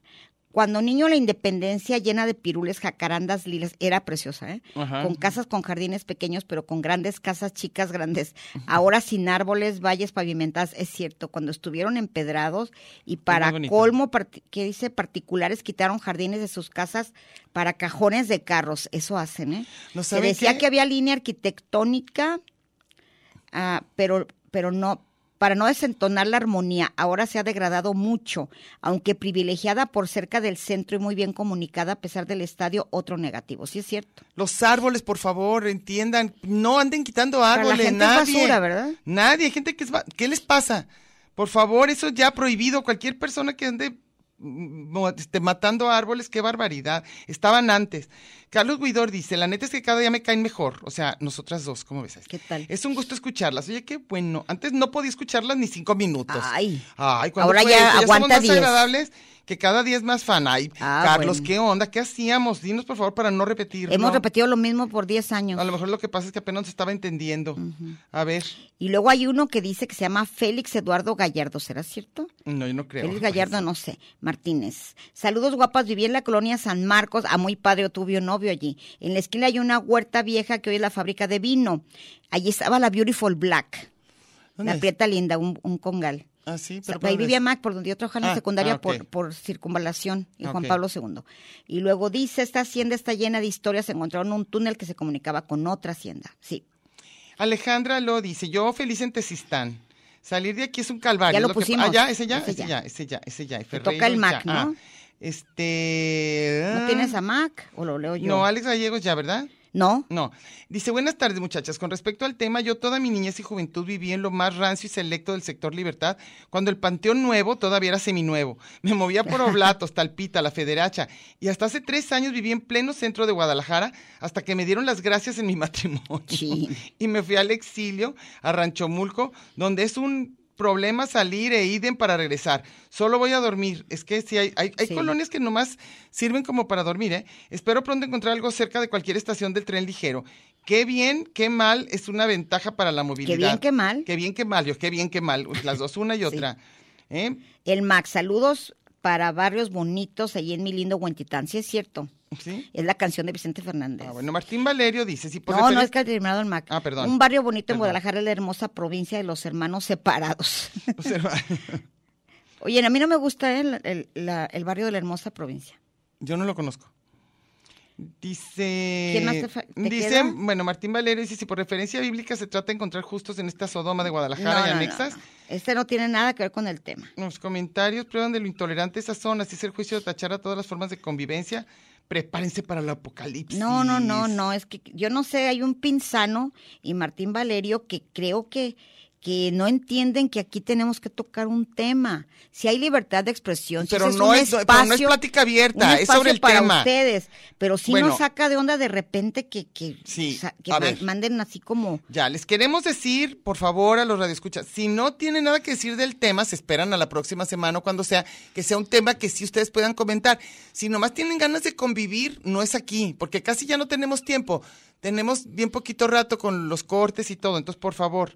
Cuando niño la independencia llena de pirules, jacarandas, lilas, era preciosa, ¿eh? Ajá. Con casas con jardines pequeños, pero con grandes casas chicas grandes. Ahora sin árboles, valles pavimentadas, es cierto. Cuando estuvieron empedrados y para bonito. colmo, parti- ¿qué dice? Particulares quitaron jardines de sus casas para cajones de carros. Eso hacen, ¿eh? ¿No Se saben decía qué? que había línea arquitectónica, ah, pero, pero no, para no desentonar la armonía, ahora se ha degradado mucho, aunque privilegiada por cerca del centro y muy bien comunicada a pesar del estadio, otro negativo, sí es cierto. Los árboles, por favor, entiendan. No anden quitando Para la árboles, gente es nadie. basura, ¿verdad? Nadie, hay gente que es... va- ¿Qué les pasa? Por favor, eso ya prohibido. Cualquier persona que ande mm, mo- este, matando árboles, qué barbaridad. Estaban antes. Carlos Guidor dice, la neta es que cada día me caen mejor. O sea, nosotras dos, ¿cómo ves? ¿Qué tal? Es un gusto escucharlas. Oye, qué bueno. Antes no podía escucharlas ni cinco minutos. Ay. Ay, ¿cuándo Ahora fue ya eso? somos aguanta más diez. agradables que cada día es más fan. Ay, Ah, Carlos, bueno. qué onda, qué hacíamos. Dinos, por favor, para no repetir. Hemos repetido lo mismo por 10 años. A lo mejor lo que pasa es que apenas se estaba entendiendo. A ver, Y luego hay uno que dice que se llama Félix Eduardo Gallardo, ¿será cierto? no, yo no creo. Félix Gallardo, no sé, Martínez. Saludos guapas, viví en la colonia San Marcos, a muy padre tuve un novio allí. En la esquina hay una huerta vieja que hoy es la fábrica de vino. Allí estaba la Beautiful Black, ¿Dónde la es? prieta linda, un, un congal. Ah, sí, O sea, pues, pero ahí ¿dónde vivía es? Mac, por donde yo trabajaba en Ah, la secundaria ah, ok. por, por circunvalación y Juan Ok. Pablo II. Y luego dice, esta hacienda está llena de historias, encontraron un túnel que se comunicaba con otra hacienda. Sí, Alejandra lo dice, yo feliz en Tesistán. Salir de aquí es un calvario. Ya lo es que- pusimos. Ah, ya, ese ya, Ese ese, ya. ya. ese ya, ese ya. y Te toca Ferreiro el Mac, ya. Ah, ¿no? este... ¿No tienes a Mac o lo leo yo? No, Alex Gallegos ya, ¿verdad? ¿No? No. Dice, buenas tardes, muchachas. Con respecto al tema, yo toda mi niñez y juventud viví en lo más rancio y selecto del sector Libertad, cuando el Panteón Nuevo todavía era seminuevo. Me movía por Oblatos, Talpita, La Federacha, y hasta hace tres años viví en pleno centro de Guadalajara, hasta que me dieron las gracias en mi matrimonio. Sí. Y me fui al exilio, a Ranchomulco, donde es un problema salir e iden para regresar. Solo voy a dormir. Es que si hay, hay, hay Sí. colonias que nomás sirven como para dormir, ¿eh? Espero pronto encontrar algo cerca de cualquier estación del tren ligero. Qué bien, qué mal, es una ventaja para la movilidad. bien, qué mal. Qué bien, qué mal, yo, qué bien, qué mal. Las dos, una y otra. ¿Eh? El Mac, saludos para barrios bonitos allí en mi lindo Huentitán, sí es cierto. ¿Sí? Es la canción de Vicente Fernández. Ah, bueno, Martín Valerio dice, sí, pues no, de no feliz- es que ha terminado el Mac. Ah, perdón. Un barrio bonito en Perdón. Guadalajara es la hermosa provincia de los hermanos separados. o sea, Oye, a mí no me gusta el, el- la- el barrio de la hermosa provincia. Yo no lo conozco. Dice. ¿Quién más te fa- te dice, queda? bueno, Martín Valero dice: si por referencia bíblica se trata de encontrar justos en esta Sodoma de Guadalajara No, y no, no, anexas. no. Este no tiene nada que ver con el tema. Los comentarios prueban de lo intolerante de esas zonas. Es el juicio de tachar a todas las formas de convivencia. Prepárense para el apocalipsis. No, no, no, no, es que yo no sé, hay un Pinzano y Martín Valerio que creo que que no entienden que aquí tenemos que tocar un tema. Si hay libertad de expresión, si Pero ese es no un es- pero no es espacio- plática abierta, un es espacio sobre el para tema. ustedes, pero sí Bueno. nos saca de onda de repente que que, Sí, sa- que a man- ver. manden así como Ya, les queremos decir, por favor, a los radioescuchas, si no tienen nada que decir del tema, se esperan a la próxima semana o cuando sea, que sea un tema que sí ustedes puedan comentar. Si nomás tienen ganas de convivir, no es aquí, porque casi ya no tenemos tiempo. Tenemos bien poquito rato con los cortes y todo, entonces, por favor.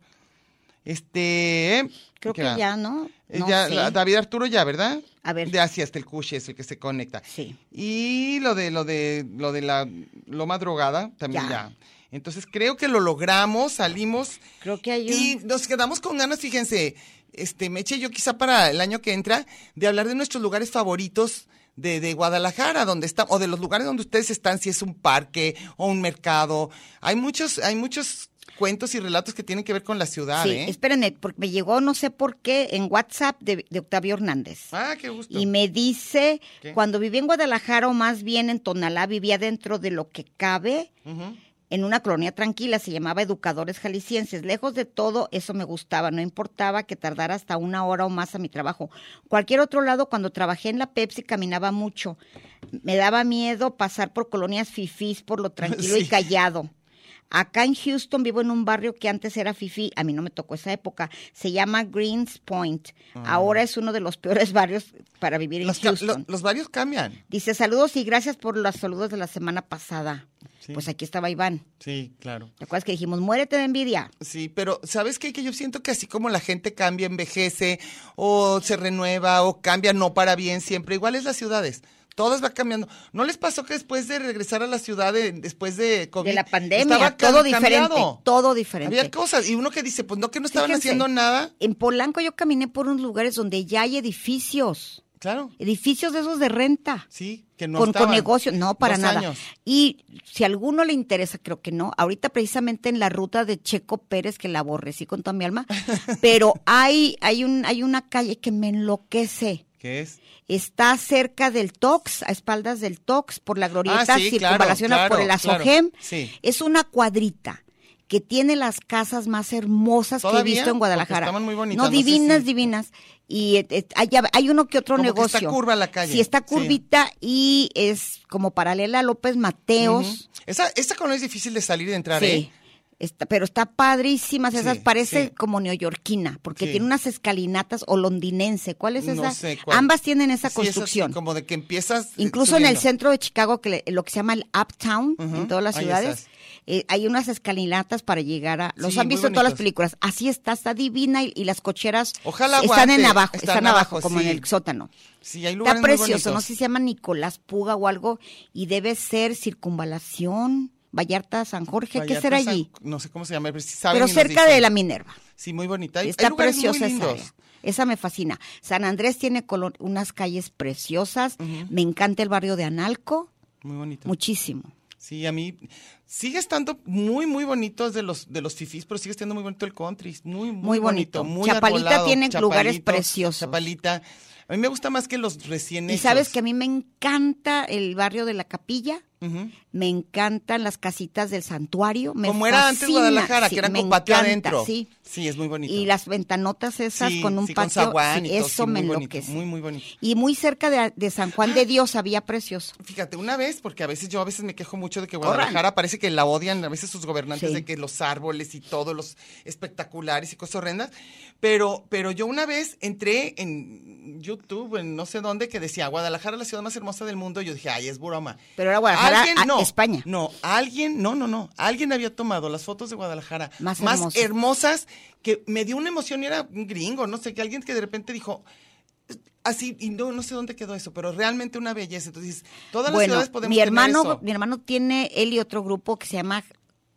Este... creo ¿qué que era? ya, ¿no? Eh, No ya, sé. la- David Arturo ya, ¿verdad? A ver. De hacia hasta el cuche es el que se conecta. Sí. Y lo de lo de lo de la loma drogada también Ya. ya. Entonces creo que lo logramos, salimos Creo que hay y un nos quedamos con ganas, fíjense, este Meche y yo quizá para el año que entra de hablar de nuestros lugares favoritos de, de Guadalajara, donde están, o de los lugares donde ustedes están, si es un parque o un mercado. Hay muchos, hay muchos cuentos y relatos que tienen que ver con la ciudad, Sí, ¿eh? espérenme, porque me llegó no sé por qué en WhatsApp de, de Octavio Hernández. Ah, qué gusto. Y me dice, ¿Qué? cuando viví en Guadalajara o más bien en Tonalá, vivía dentro de lo que cabe Ujú. en una colonia tranquila, se llamaba Educadores Jaliscienses. Lejos de todo, eso me gustaba, no importaba que tardara hasta una hora o más a mi trabajo. Cualquier otro lado, cuando trabajé en la Pepsi, caminaba mucho. Me daba miedo pasar por colonias fifís, por lo tranquilo y Sí. callado. Acá en Houston vivo en un barrio que antes era fifí, a mí no me tocó esa época, se llama Greens Point. Ah. Ahora es uno de los peores barrios para vivir en Los, ca- Houston. lo- los barrios cambian. Dice saludos y gracias por los saludos de la semana pasada. Pues aquí estaba Iván. Sí, claro. ¿Te acuerdas que dijimos, muérete de envidia? Sí, pero ¿sabes qué? Que yo siento que así como la gente cambia, envejece, o se renueva, o cambia no para bien siempre, igual es las ciudades. Todas va cambiando. ¿No les pasó que después de regresar a la ciudad, de- después de COVID, de la pandemia, estaba todo cam- diferente, cambiado? todo diferente. Había cosas, y uno que dice, pues no, que no estaban Fíjense, haciendo nada. En Polanco yo caminé por unos lugares donde ya hay edificios. Claro. Edificios de esos de renta. Sí, que no con, estaban. con negocios, no, para Dos nada. años. Y si a alguno le interesa, creo que no. Ahorita precisamente en la ruta de Checo Pérez, que la aborrecí con toda mi alma, pero hay, hay, un, hay una calle que me enloquece. ¿Qué es? Está cerca del Tox, a espaldas del Tox, por la glorieta Ah, sí, claro, circunvalación a- por claro, el claro. Azogem. Sí. Es una cuadrita que tiene las casas más hermosas que he ¿Todavía? visto en Porque Guadalajara. estaban muy bonitas, No, no sé divinas, si- divinas. Y eh, eh, hay, hay uno que otro Como que negocio. está curva la calle. Sí, está Sí. curvita y es como paralela a López Mateos. Ujú. Esa, esta colonia es difícil de salir y de entrar, Sí. ¿eh? Está- pero está padrísima, esas Sí, parece sí. como neoyorquina, porque Sí. tiene unas escalinatas o londinense. ¿Cuál es No esa? sé cuál. Ambas tienen esa Sí, es así, construcción. como de que empiezas. eh, Incluso en el subiendo. centro de Chicago, que le- lo que se llama el Uptown, en todas las hay ciudades, esas. eh, hay unas escalinatas para llegar a... Los Sí, han muy visto en todas las bonitas. películas. Así está, está divina y, y las cocheras Ojalá están en aguante, abajo, están, están abajo, abajo, como en sí. el sótano. Sí, hay lugares Está muy precioso, no bonitos. sé si se llama Nicolás Puga o algo, y debe ser Circunvalación, Vallarta, San Jorge, ¿qué será Vallarta, allí? San- No sé cómo se llama, pero sí saben Pero y nos cerca dicen. de la Minerva. Sí, muy bonita. Hay, hay Está lugares preciosa muy esa lindos. área. Esa me fascina. San Andrés tiene colo- unas calles preciosas. Me encanta el barrio de Analco. Muy bonito. Muchísimo. Sí, a mí sigue estando muy, muy bonito de los de los fifís, pero sigue estando muy bonito el country. Muy, muy, Muy bonito. Muy Chapalita arbolado, tiene lugares Chapalito, preciosos. Chapalita. A mí me gusta más que los recién Y hechos. sabes que a mí me encanta el barrio de la capilla. Ujú. Me encantan las casitas del santuario. Me Como era antes fascina. Guadalajara, Sí, que era me con patio encanta, adentro. Sí. es muy bonito. Y las ventanotas esas Sí, con un sí, patio. zaguán sí, y todo, eso sí, me muy bonito, enloquece. Muy, Ah. muy bonito. Y muy cerca de, de San Juan de Dios había precioso. Fíjate, una vez, porque a veces yo a veces me quejo mucho de que Corran. Guadalajara parece que la odian a veces sus gobernantes Sí. de que los árboles y todos los espectaculares y cosas horrendas, pero, pero yo una vez entré en YouTube, en no sé dónde, que decía Guadalajara la ciudad más hermosa del mundo, y yo dije, ay, es broma. Pero era Guadalajara, a- no, España. No, alguien, no, no, no, alguien había tomado las fotos de Guadalajara Más más, hermosas. hermosas que me dio una emoción y era un gringo, no sé, que alguien que de repente dijo... Así, y no, no sé dónde quedó eso, pero realmente una belleza. Entonces, todas las bueno, ciudades podemos mi tener hermano, eso. mi hermano tiene él y otro grupo que se llama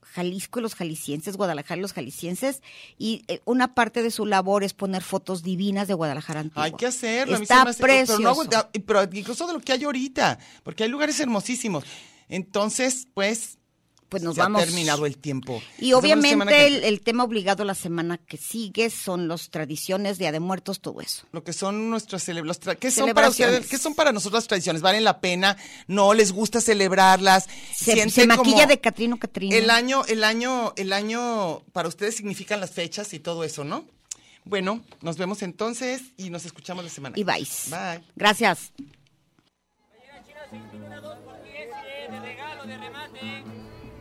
Jalisco y los Jaliscienses, Guadalajara y los Jaliscienses, y eh, una parte de su labor es poner fotos divinas de Guadalajara antigua. Hay que hacerlo. a mí se Está me hace- precioso. Pero, no hago- ah, pero incluso de lo que hay ahorita, porque hay lugares hermosísimos. Entonces, pues, Pues nos ya vamos. ha terminado el tiempo. Y Nos vemos la semana obviamente el, que- el tema obligado la semana que sigue son las tradiciones, Día de Muertos, todo eso. lo que son nuestras celebraciones, ¿qué son para Celebraciones. ustedes? ¿Qué son para nosotros las tradiciones? ¿Valen la pena? ¿No les gusta celebrarlas? Se, ¿Sienten se maquilla como de Catrino Catrino. El año, el año, el año para ustedes significan las fechas y todo eso, ¿no? Bueno, nos vemos entonces y nos escuchamos la semana. Y que- bye. Bye. Gracias.